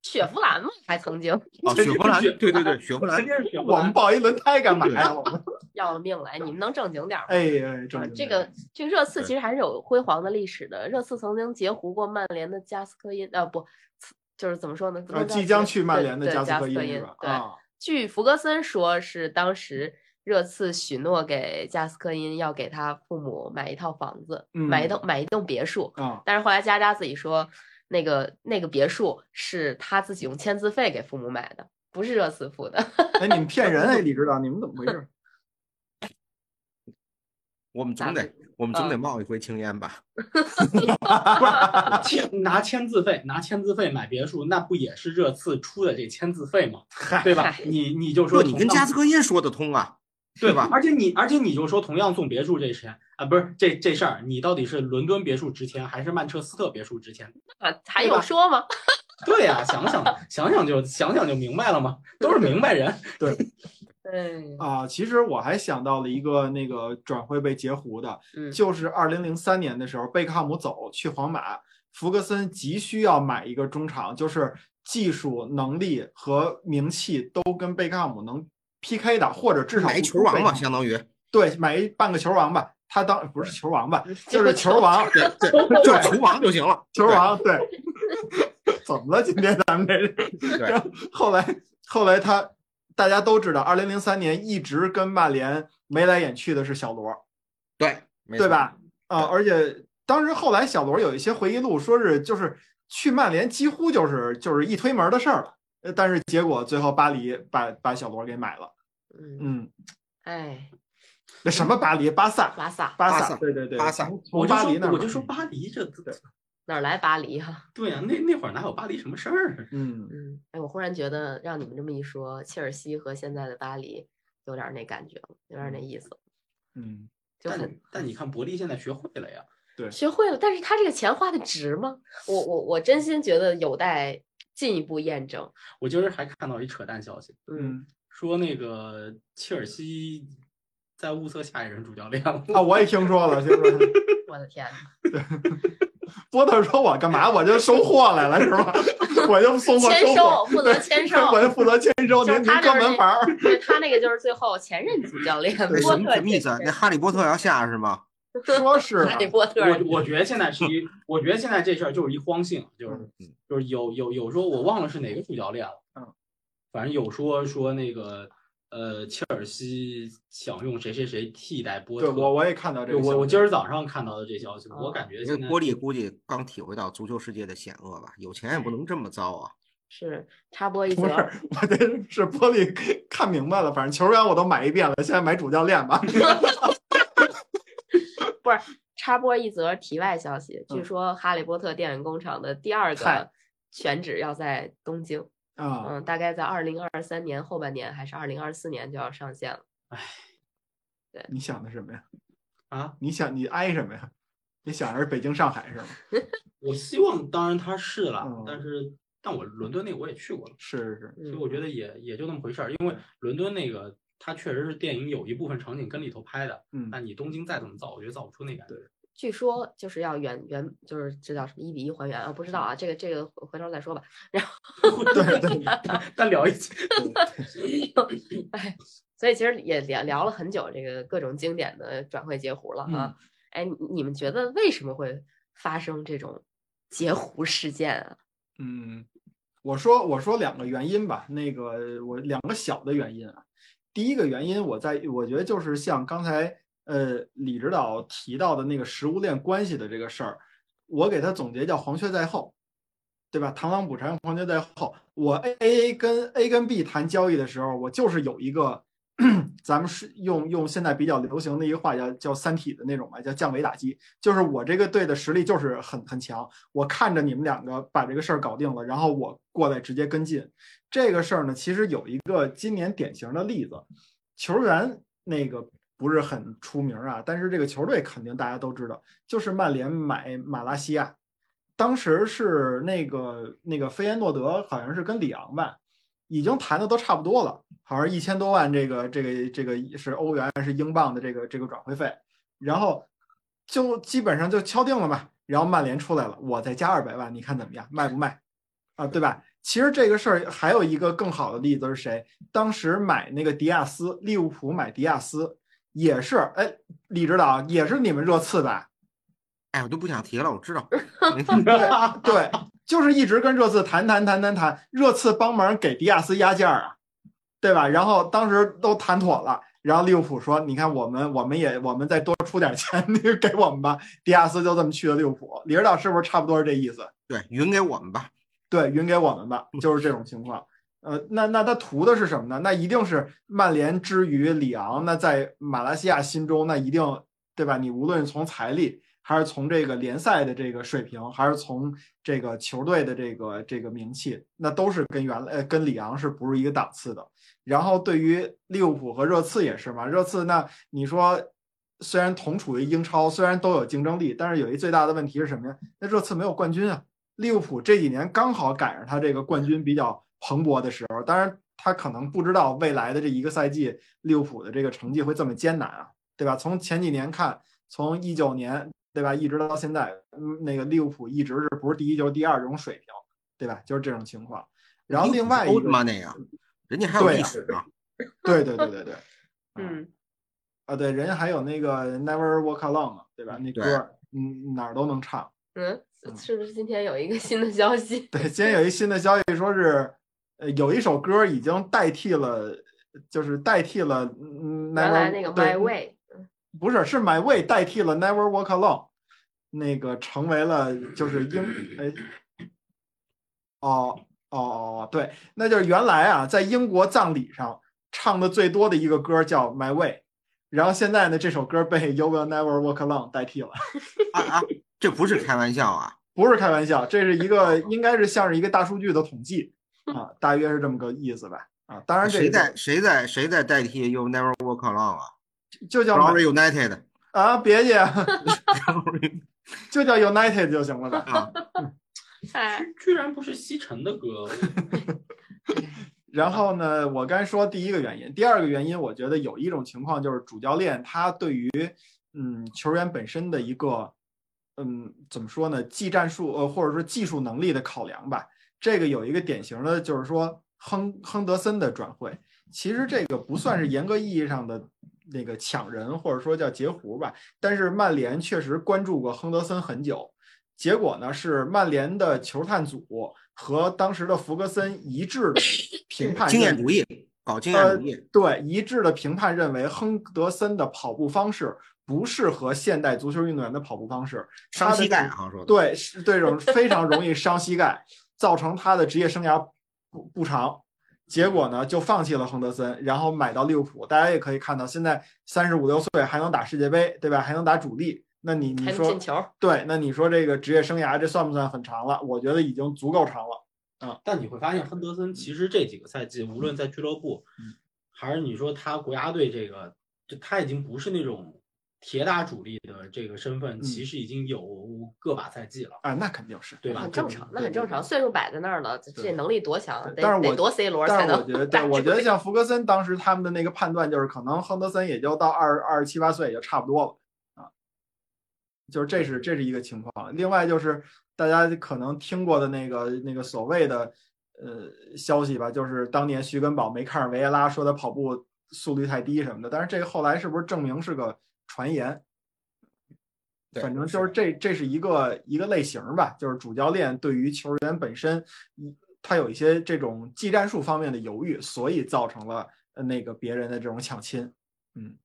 雪佛兰嘛，还曾
<laughs>
经
哦，
这
雪
就
佛兰
是
对
<laughs>
对对，雪佛兰
肯定是学不
我们
来。
报一轮胎干嘛呀？我们
<laughs>
要了命了。哎你们能正经点儿吗？
哎哎，
啊
正经
这个这个热刺
对
其实还是有辉煌的历史的。热刺曾经截胡过曼联的加斯科因，呃，不，就是怎么说呢？不
呃
能叫
即将
杰
去曼联的
对对
加
加
斯科
因
因是吧？
对，
啊，
据弗格森说，是当时热刺许诺给加斯科因要给他父母买一套房子，买一
嗯
栋买一栋别墅。
啊，
但是后来渣渣自己说，那个那个别墅是他自己用签字费给父母买的，不是热刺付的。 <laughs>
哎，你们骗人哎，李指导，你们怎么回事？
我们总
咋
得我
啊
们总得冒一回青烟吧？
签拿签字费，拿签字费买别墅，那不也是热刺出的这签字费吗？对吧
嗨？
你你就
这
说
你
同
跟
样
加斯科耶说得通啊，对吧？
而且你，而且你就说同样送别墅这钱啊，不是这这事儿，你到底是伦敦别墅值钱还是曼彻斯特别墅值钱？
啊还
对吧
用说吗？
对呀、想想想想就想想就明白了嘛，都是明白人。
嗯
啊，其实我还想到了一个那个转会被截胡的，
嗯
就是二零零三年的时候，贝克汉姆走去皇马，弗格森急需要买一个中场，就是技术能力和名气都跟贝克汉姆能 PK 的，或者至少
买一
不
球
输
王
贝
嘛，
克汉姆
相当于
对，买一半个球王吧。他当不是球王吧，就
这
是
个
球王，
对对，就是球王就行了，
球王对。 <laughs> 怎么了？今天咱们这是
对。对
然 <laughs> 后后来后来他大家都知道，二零零三年一直跟曼联眉来眼去的是小罗，
对，没
对
错？
吧？啊、而且当时后来小罗有一些回忆录，说是就是去曼联几乎就是就是一推门的事儿了，呃但是结果最后巴黎把把小罗给买了，
嗯，
嗯，
哎，
那什么巴黎，巴萨，
拉萨
巴
巴萨
萨，对对对，
巴萨
从
我
从
就
巴黎那
说，
儿嗯
我
买
就说，巴黎这，
哪儿来巴黎哈、 <laughs>
对呀、那那会儿哪有巴黎什么事儿？啊
嗯，
嗯，哎，我忽然觉得让你们这么一说，切尔西和现在的巴黎有点那感觉了，有点那意思了，
嗯，
就很
但但你看伯利现在学会了呀，
学会了，但是他这个钱花的值吗？我我我真心觉得有待进一步验证。
我今儿还看到一扯淡消息，
嗯，
说那个切尔西在物色下一任主教
<laughs>
练了。
啊，我也听说了，听说了。
我的天，
波特说我干嘛？我就收货来了是吧？我就送货
签
货，，
售负责签售
我就负责签收，
就
您
是
您
他
专
就是
门
那
玩儿。
对他那个就是最后前任主教练
对，
波
什么
特
什么意思啊？那哈利波特要下是吗？
说是啊
哈利波特
我我觉得现在是一，我觉得现在这事儿就是一荒性，就是
嗯
就是有有有说我忘了是哪个主教练了，
嗯，
反正有说说那个呃切尔西想用谁谁谁替代波
对
特，
我我也看到这
对
个嗯
我
消
我
息
今儿早上看到的这消息，我感觉
因为
现在
嗯波利估计刚体会到足球世界的险恶吧，有钱也不能这么糟啊。
是插播一则
不，是，我这是玻璃看明白了，反正球员我都买一遍了，现在买主教练吧。 <laughs>
插播一则题外消息，据
嗯
说《哈利波特》电影工厂的第二
嗨
个选址要在东京，
啊，
嗯，大概在二零二三年后半年还是二零二四年就要上线了。
你想的什么呀？
啊，
你想你挨什么呀？你想着是北京、上海是吗？
我希望当然他是了，
嗯
但是但我伦敦那个我也去过了，
是是是，
所以
嗯
我觉得也也就那么回事儿，因为伦敦那个它确实是电影有一部分场景跟里头拍的，
嗯，
但你东京再怎么造，我觉得造不出那感觉。
据说就是要原原就是这叫什么一比一还原啊，不知道啊，这个这个回头再说吧。
<laughs> 对
对， <laughs> 但聊一起。
哎，所以其实也聊聊了很久这个各种经典的转会截胡了啊。哎，你你们觉得为什么会发生这种截胡事件啊？
嗯，我说我说两个原因吧，那个我两个小的原因啊。第一个原因，我在我觉得就是像刚才呃李指导提到的那个食物链关系的这个事儿，我给它总结叫黄雀在后，对吧？螳螂捕蝉，黄雀在后。我 A A 跟 A 跟 B 谈交易的时候，我就是有一个咱们是用用现在比较流行的一个话叫叫三体的那种吧，叫降维打击，就是我这个队的实力就是很很强。我看着你们两个把这个事儿搞定了，然后我过来直接跟进。这个事儿呢，其实有一个今年典型的例子，球员那个不是很出名啊，但是这个球队肯定大家都知道，就是曼联买马拉西亚，当时是那个那个菲耶诺德好像是跟里昂吧，已经谈的都差不多了，好像一千多万这个这个这个是欧元是英镑的这个这个转会费，然后就基本上就敲定了嘛。然后曼联出来了，我再加二百万，你看怎么样？卖不卖？啊，对吧？其实这个事儿还有一个更好的例子是谁？当时买那个迪亚斯，利物浦买迪亚斯也是，哎，李指导也是你们热刺吧？
哎，我都不想提了，我知
<laughs>
道。
<laughs>
<laughs>
对，就是一直跟热刺谈谈谈谈谈，热刺帮忙给迪亚斯压价啊，对吧？然后当时都谈妥了，然后利物浦说：“你看，我们我们也我们再多出点钱， <laughs> 你给我们吧。”迪亚斯就这么去了利物浦，李指导是不是差不多是这意思？
对，匀给我们吧。
对，匀给我们吧，就是这种情况。呃，那那他图的是什么呢？那一定是曼联之于里昂，那在马来西亚心中，那一定对吧？你无论从财力，还是从这个联赛的这个水平，还是从这个球队的这个这个名气，那都是跟原来呃跟里昂是不是一个档次的？然后对于利物浦和热刺也是嘛，热刺那你说虽然同处于英超，虽然都有竞争力，但是有一最大的问题是什么呀？那热刺没有冠军啊。利物浦这几年刚好赶上他这个冠军比较蓬勃的时候，当然他可能不知道未来的这一个赛季利物浦的这个成绩会这么艰难啊，对吧？从前几年看，从一九年对吧，一直到现在，嗯，那个利物浦一直是不是第一就是第二这种水平，对吧？就是这种情况。然后另外一
欧
个，
妈那样，人家还有
对
历
啊
史呢。
对对对对对，
嗯，
啊对，人家还有那个 Never Walk Alone 嘛，对吧？那歌
对
儿嗯哪儿都能唱。
嗯
嗯，
是不是今天有一个新的消息？
对，今天有一新的消息，说是，呃，有一首歌已经代替了，就是代替了，嗯，
原来
Never-
那个 My
对
Way，
不是，是 My Way 代替了 Never Walk Alone，那个成为了就是英，哎，哦哦哦，对，那就是原来啊，在英国葬礼上唱的最多的一个歌叫 My Way，然后现在呢，这首歌被 You Will Never Walk Alone 代替了。
啊啊，这不是开玩笑啊！
不是开玩笑，这是一个应该是像是一个大数据的统计啊，大约是这么个意思吧。啊。当然，这
谁在
个
谁在谁在代替 You Never Walk Alone 啊
就叫
？Glory United
啊，别介，就叫 United 就行了呗。
啊，
哎，
<laughs> 居居然不是西城的歌，
<laughs>
<laughs>
然后呢，我刚才说第一个原因，第二个原因，我觉得有一种情况就是主教练他对于嗯球员本身的一个嗯怎么说呢，技战术呃或者说技术能力的考量吧。这个有一个典型的就是说亨亨德森的转会，其实这个不算是严格意义上的那个抢人或者说叫截胡吧，但是曼联确实关注过亨德森很久。结果呢是曼联的球探组和当时的弗格森一致的
<laughs>
评判呃
经验
认
主义，搞经验主义，
对一致的评判认为亨德森的跑步方式不适合现代足球运动员的跑步方式，
伤
他的
膝盖啊
主
好像说的，
对，是这种非常容易伤膝盖，造成他的职业生涯不不长。结果呢，就放弃了亨德森，然后买到利物浦。大家也可以看到，现在三十五六岁还能打世界杯，对吧？还能打主力。那你你
还能
说
进球，
对，那你说这个职业生涯这算不算很长了？我觉得已经足够长了。
但你会发现亨德森其实这几个赛季，无论在俱乐部，
嗯
还是你说他国家队这个，就他已经不是那种铁打主力的这个身份，
嗯
其实已经有个把赛季了，
啊，那肯定是。
对吧？
很
这
正
个
常，
对
那很正常，岁数摆在那儿了，这
对
这能力多强，
对
得
但是
得
我
多 C 罗
但
才
是
能
我觉
<laughs>
得，对，
打
我
住
觉得像福格森当时他们的那个判断，就是可能亨德森也就到二二十七八岁，也就差不多了啊。就是这是这是一个情况。另外就是大家可能听过的那个那个所谓的呃消息吧，就是当年徐根宝没看上维埃拉，说他跑步速率太低什么的。但是这个后来是不是证明是个传言？
对
反正就是
是的
这这是一个一个类型儿吧，就是主教练对于球员本身，嗯他有一些这种技战术方面的犹豫，所以造成了呃那个别人的这种抢亲。嗯，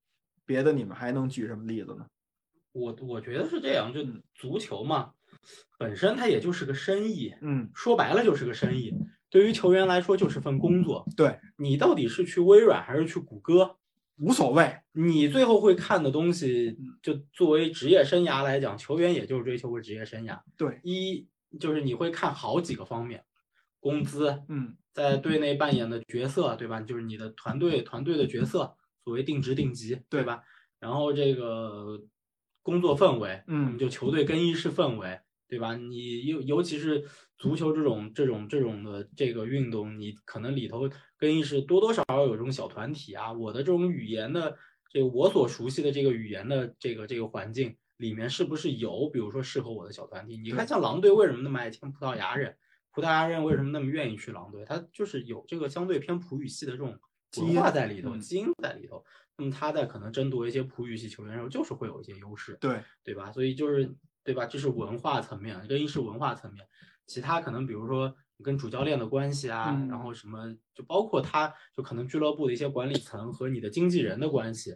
别的你们还能举什么例子呢？
我我觉得是这样，就
嗯
足球嘛，本身它也就是个生意，
嗯，
说白了就是个生意。对于球员来说，就是份工作。
对
你到底是去微软还是去谷歌，
无所谓。
你最后会看的东西，就作为职业生涯来讲，球员也就是追求个职业生涯。
对，
一就是你会看好几个方面，工资，
嗯
在队内扮演的角色，对吧？就是你的团队团队的角色，所谓定职定级，对
对
吧？然后这个工作氛围，
嗯
就球队更衣室氛围，对吧？你尤尤其是足球这种这种这种的这个运动，你可能里头更衣室多多少少有这种小团体啊。我的这种语言的，这个我所熟悉的这个语言的这个这个环境里面，是不是有比如说适合我的小团体？你看，
对
像狼队为什么那么爱听葡萄牙人？葡萄牙人为什么那么愿意去狼队？他就是有这个相对偏葡语系的这种
基
文
因
化在里头，
嗯
基因在里头。那么他在可能争夺一些葡语系球员的时候，就是会有一些优势。
对，
对吧？所以就是对吧？这是文化层面，更衣室文化层面，其他可能比如说你跟主教练的关系啊，
嗯
然后什么就包括他就可能俱乐部的一些管理层和你的经纪人的关系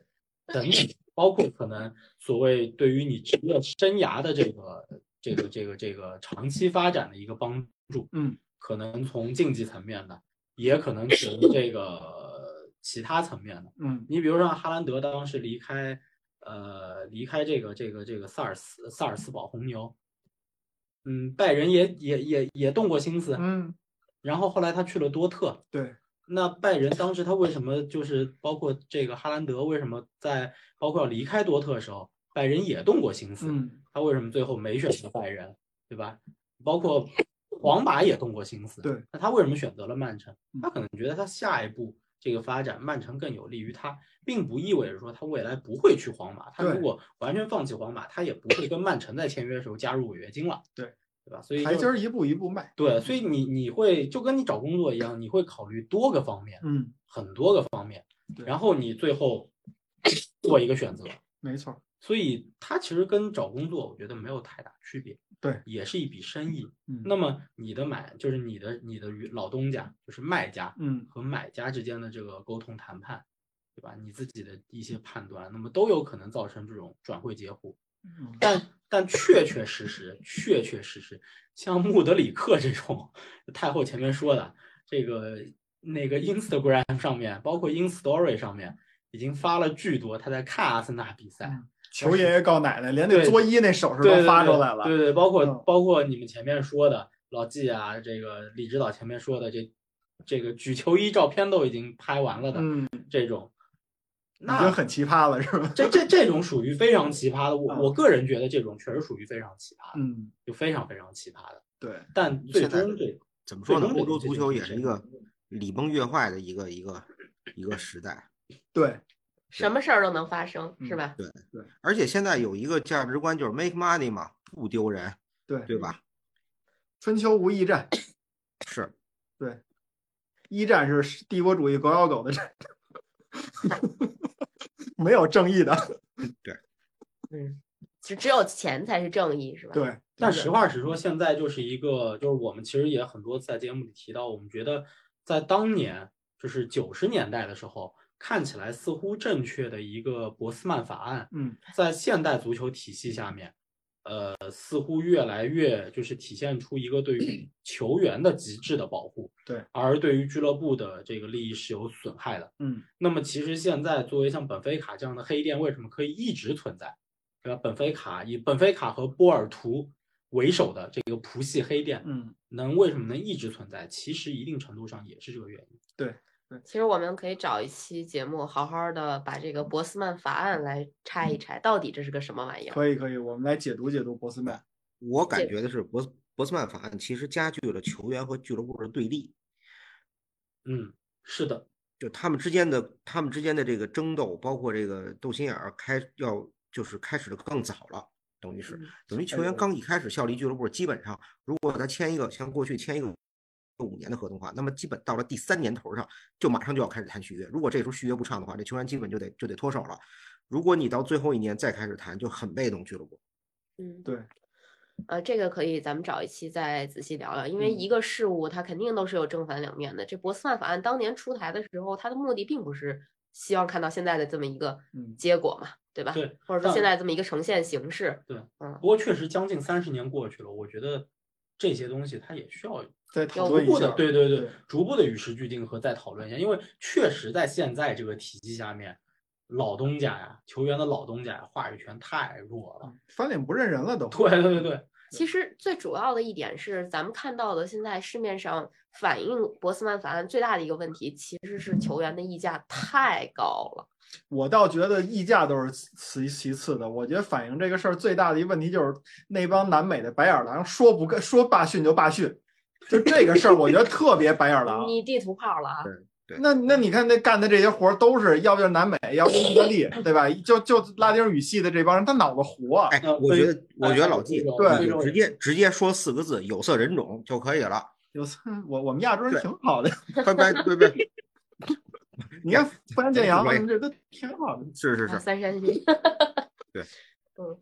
等等，包括可能所谓对于你职业生涯的这个这个这个这个长期发展的一个帮助，
嗯，
可能从竞技层面的，也可能从这个其他层面的。
嗯
你比如说哈兰德当时离开，呃，离开这个这个这个萨尔斯萨尔斯堡红牛，嗯，拜仁也也也也动过心思，
嗯，
然后后来他去了多特，
对，
那拜仁当时他为什么就是包括这个哈兰德为什么在包括要离开多特的时候，拜仁也动过心思，
嗯
他为什么最后没选择拜仁，对吧？包括皇马也动过心思，
对，
那他为什么选择了曼城？
嗯
他可能觉得他下一步这个发展，曼城更有利于他，并不意味着说他未来不会去皇马。他
对
如果完全放弃皇马，他也不会跟曼城在签约的时候加入违约金了，
对
对吧？所以
台
就
阶儿一步一步迈。
对，所以你你会就跟你找工作一样，你会考虑多个方面，
嗯，
很多个方面，
对
然后你最后做一个选择。
没错。
所以它其实跟找工作，我觉得没有太大区别。
对，
也是一笔生意。
嗯，
那么你的买就是你的你的与老东家，就是卖家
嗯
和买家之间的这个沟通谈判，对吧？你自己的一些判断，那么都有可能造成这种转会截胡。
嗯
但但确确实实，确确实实，像穆德里克这种太后前面说的这个那个 Instagram 上面，包括 In Story 上面，已经发了巨多他在看阿森纳比赛。
嗯求爷爷告奶奶，连那
对
作揖那手势
对
都
对
发出
对
来了。
对对，包括
嗯
包括你们前面说的老纪啊，这个李指导前面说的这这个举球衣照片都已经拍完了的
嗯，
这种，
已经
那
很奇葩了，是吧？
这这这种属于非常奇葩的。我我个人觉得这种确实属于非常奇葩的，
嗯，
就非常非常奇葩的。
对，
但最
现在
终这
怎么说呢？
最终
欧
这
洲
个
足
这
球
个
也是一个礼崩乐坏的一个一个一个时代，
对，
什么事儿都能发生，是
嗯
吧？
而且现在有一个价值观就是 make money 嘛，不丢人，
对，
对吧？
春秋无义战，
是，
一战是帝国主义狗咬狗的战争， <laughs> 没有正义的，
嗯，只只有钱才是正义，是吧？
对。
但
是
实话实说，现在就是一个，就是我们其实也很多次在节目里提到，我们觉得在当年，就是九十年代的时候，看起来似乎正确的一个博斯曼法案，
嗯，
在现代足球体系下面，呃，似乎越来越就是体现出一个对
嗯
于球员的极致的保护，
对，
而对于俱乐部的这个利益是有损害的。
嗯，
那么其实现在作为像本菲卡这样的黑店，为什么可以一直存在？对吧？本菲卡以本菲卡和波尔图为首的这个葡系黑店，
嗯，
能为什么能一直存在？其实一定程度上也是这个原因。
其实我们可以找一期节目，好好的把这个博斯曼法案来拆一拆，到底这是个什么玩意儿？
嗯可以可以，我们来解读解读博斯曼。
我感
这
觉的是博斯博斯曼法案其实加剧了球员和俱乐部的对立，
嗯，是的，
就他们之间的他们之间的这个争斗，包括这个斗心眼儿开要就是开始的更早了，等于是
嗯
等于球
哎
员
呦
刚一开始效力俱乐部，基本上如果他签一个像过去签一个五年的合同的话，那么基本到了第三年头上就马上就要开始谈续约，如果这时候续约不上的话，这球员基本就得就得脱手了。如果你到最后一年再开始谈，就很被动俱乐部。
嗯，
对，
呃，这个可以咱们找一期再仔细聊聊，因为
嗯
一个事物它肯定都是有正反两面的。这博斯曼法案当年出台的时候，它的目的并不是希望看到现在的这么一个
嗯
结果嘛，对吧？
对。
或者说
嗯
但
现在这么一个呈现形式，
不过确实将近三十年过去了，我觉得这些东西它也需要
再
要
讨
逐
论一
步
下
的，
儿，
对对
对
对，逐步的与时俱进和再讨论一下，因为确实在现在这个体系下面，老东家呀，球员的老东家呀，话语权太弱了。
翻脸不认人了都。
<laughs> 对对对对，
其实最主要的一点是，咱们看到的现在市面上反映博斯曼法案最大的一个问题，其实是球员的溢价太高了。
我倒觉得溢价都是其其次的，我觉得反映这个事儿最大的一个问题就是那帮南美的白眼狼说不跟说罢训就罢训，就这个事儿，我觉得特别白眼狼。
你地图炮了啊！
对
那那你看那干的这些活儿都是要不就是南美，要不就是意大利，对吧？就就拉丁语系的这帮人，他脑子糊啊。
哎
那，
我觉
非
得我
哎
觉得
还
老
有
纪，
这种
非
你
洲
就直
人
接直接说四个字“有色人种”就可以了。
有次我我们亚洲人
对
挺好的， <laughs>
拜拜拜拜，
你看富山建阳
对
这都挺好的。
是是
啊
是，
三山 <laughs> 一。
对，
嗯，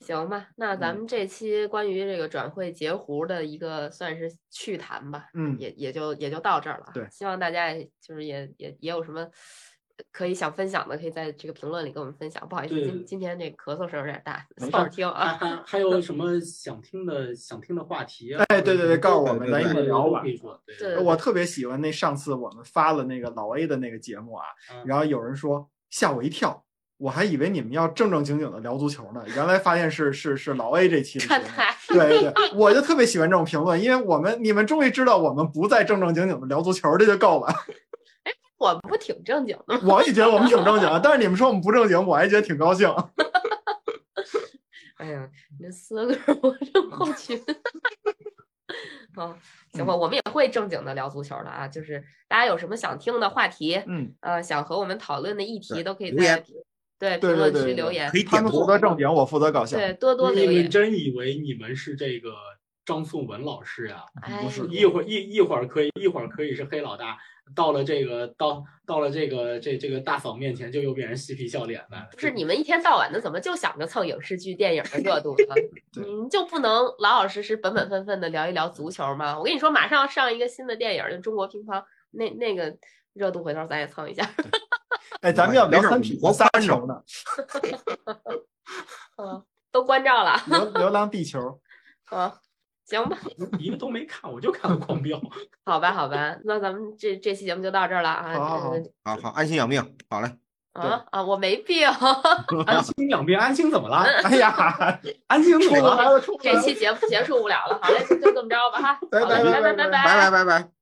行吧，那咱
嗯
们这期关于这个转会截胡的一个算是趣谈吧，
嗯，
也也就也就到这儿了啊。
对
希望大家也就是也也也有什么可以想分享的，可以在这个评论里跟我们分享。不好意思，
对
今今天这咳嗽声有点大，
没事
放着听
还
啊。
还还有什么想听的想听的话题啊？
哎对对对告诉我
们咱一
一
会
儿聊吧
可以说，对
对
我特别喜欢那上次我们发了那个老 A 的那个节目啊，
嗯
然后有人说吓我一跳，我还以为你们要正正经经的聊足球呢，原来发现是是是老 A 这期的节
看
目。
台，
对对，我就特别喜欢这种评论，因为我们你们终于知道我们不再正正经经的聊足球，这就够了。
我们不挺正经的吗？
我也觉得我们挺正经的，但是你们说我们不正经，我还觉得挺高兴。
哎呀，你这四个人我
嗯
正后群。 <laughs> 好，行
嗯
吧，我们也会正经的聊足球的啊，就是大家有什么想听的话题，
嗯，
呃，想和我们讨论的议题
对
都可以
留
在
言
评对
对
评
对
论
对
区
对
留言
可，以
他
点
们负
播。
责正经，我负责搞笑。
对，多多
你
留
们
言。
真以为你们是这个张颂文老师呀、
哎
不是
呀
一会儿一一会儿可以，一会儿可以是黑老大，到了这个到到了这个这这个大嫂面前就又变成嬉皮笑脸的。
不是你们一天到晚的怎么就想着蹭影视剧、电影的热度呢？
对 <laughs>
你就不能老老实实、本本分分的聊一聊足球吗？我跟你说，马上要上一个新的电影，就《中国乒乓》，那那个热度回头咱也蹭一下。 <laughs>
哎，咱们要聊
没事
三体
我
和
翻
仨
着
球呢，
嗯，都关照了，
流流浪地球。
嗯，行吧，
你们都没看，我就看了狂飙。 <laughs>
好吧，好吧，那咱们这这期节目就到这儿了啊。
好好好
嗯
好好，安心养病。好嘞，
啊啊，我没病。 <laughs>
安心养病，安心怎么了？
哎呀，
安心怎
出
么了？
来了，出来
这
了。
期节目结束不了了，好嘞，就就这么着吧哈，
拜
好嘞
拜
拜
拜
拜
拜
拜
拜拜拜拜。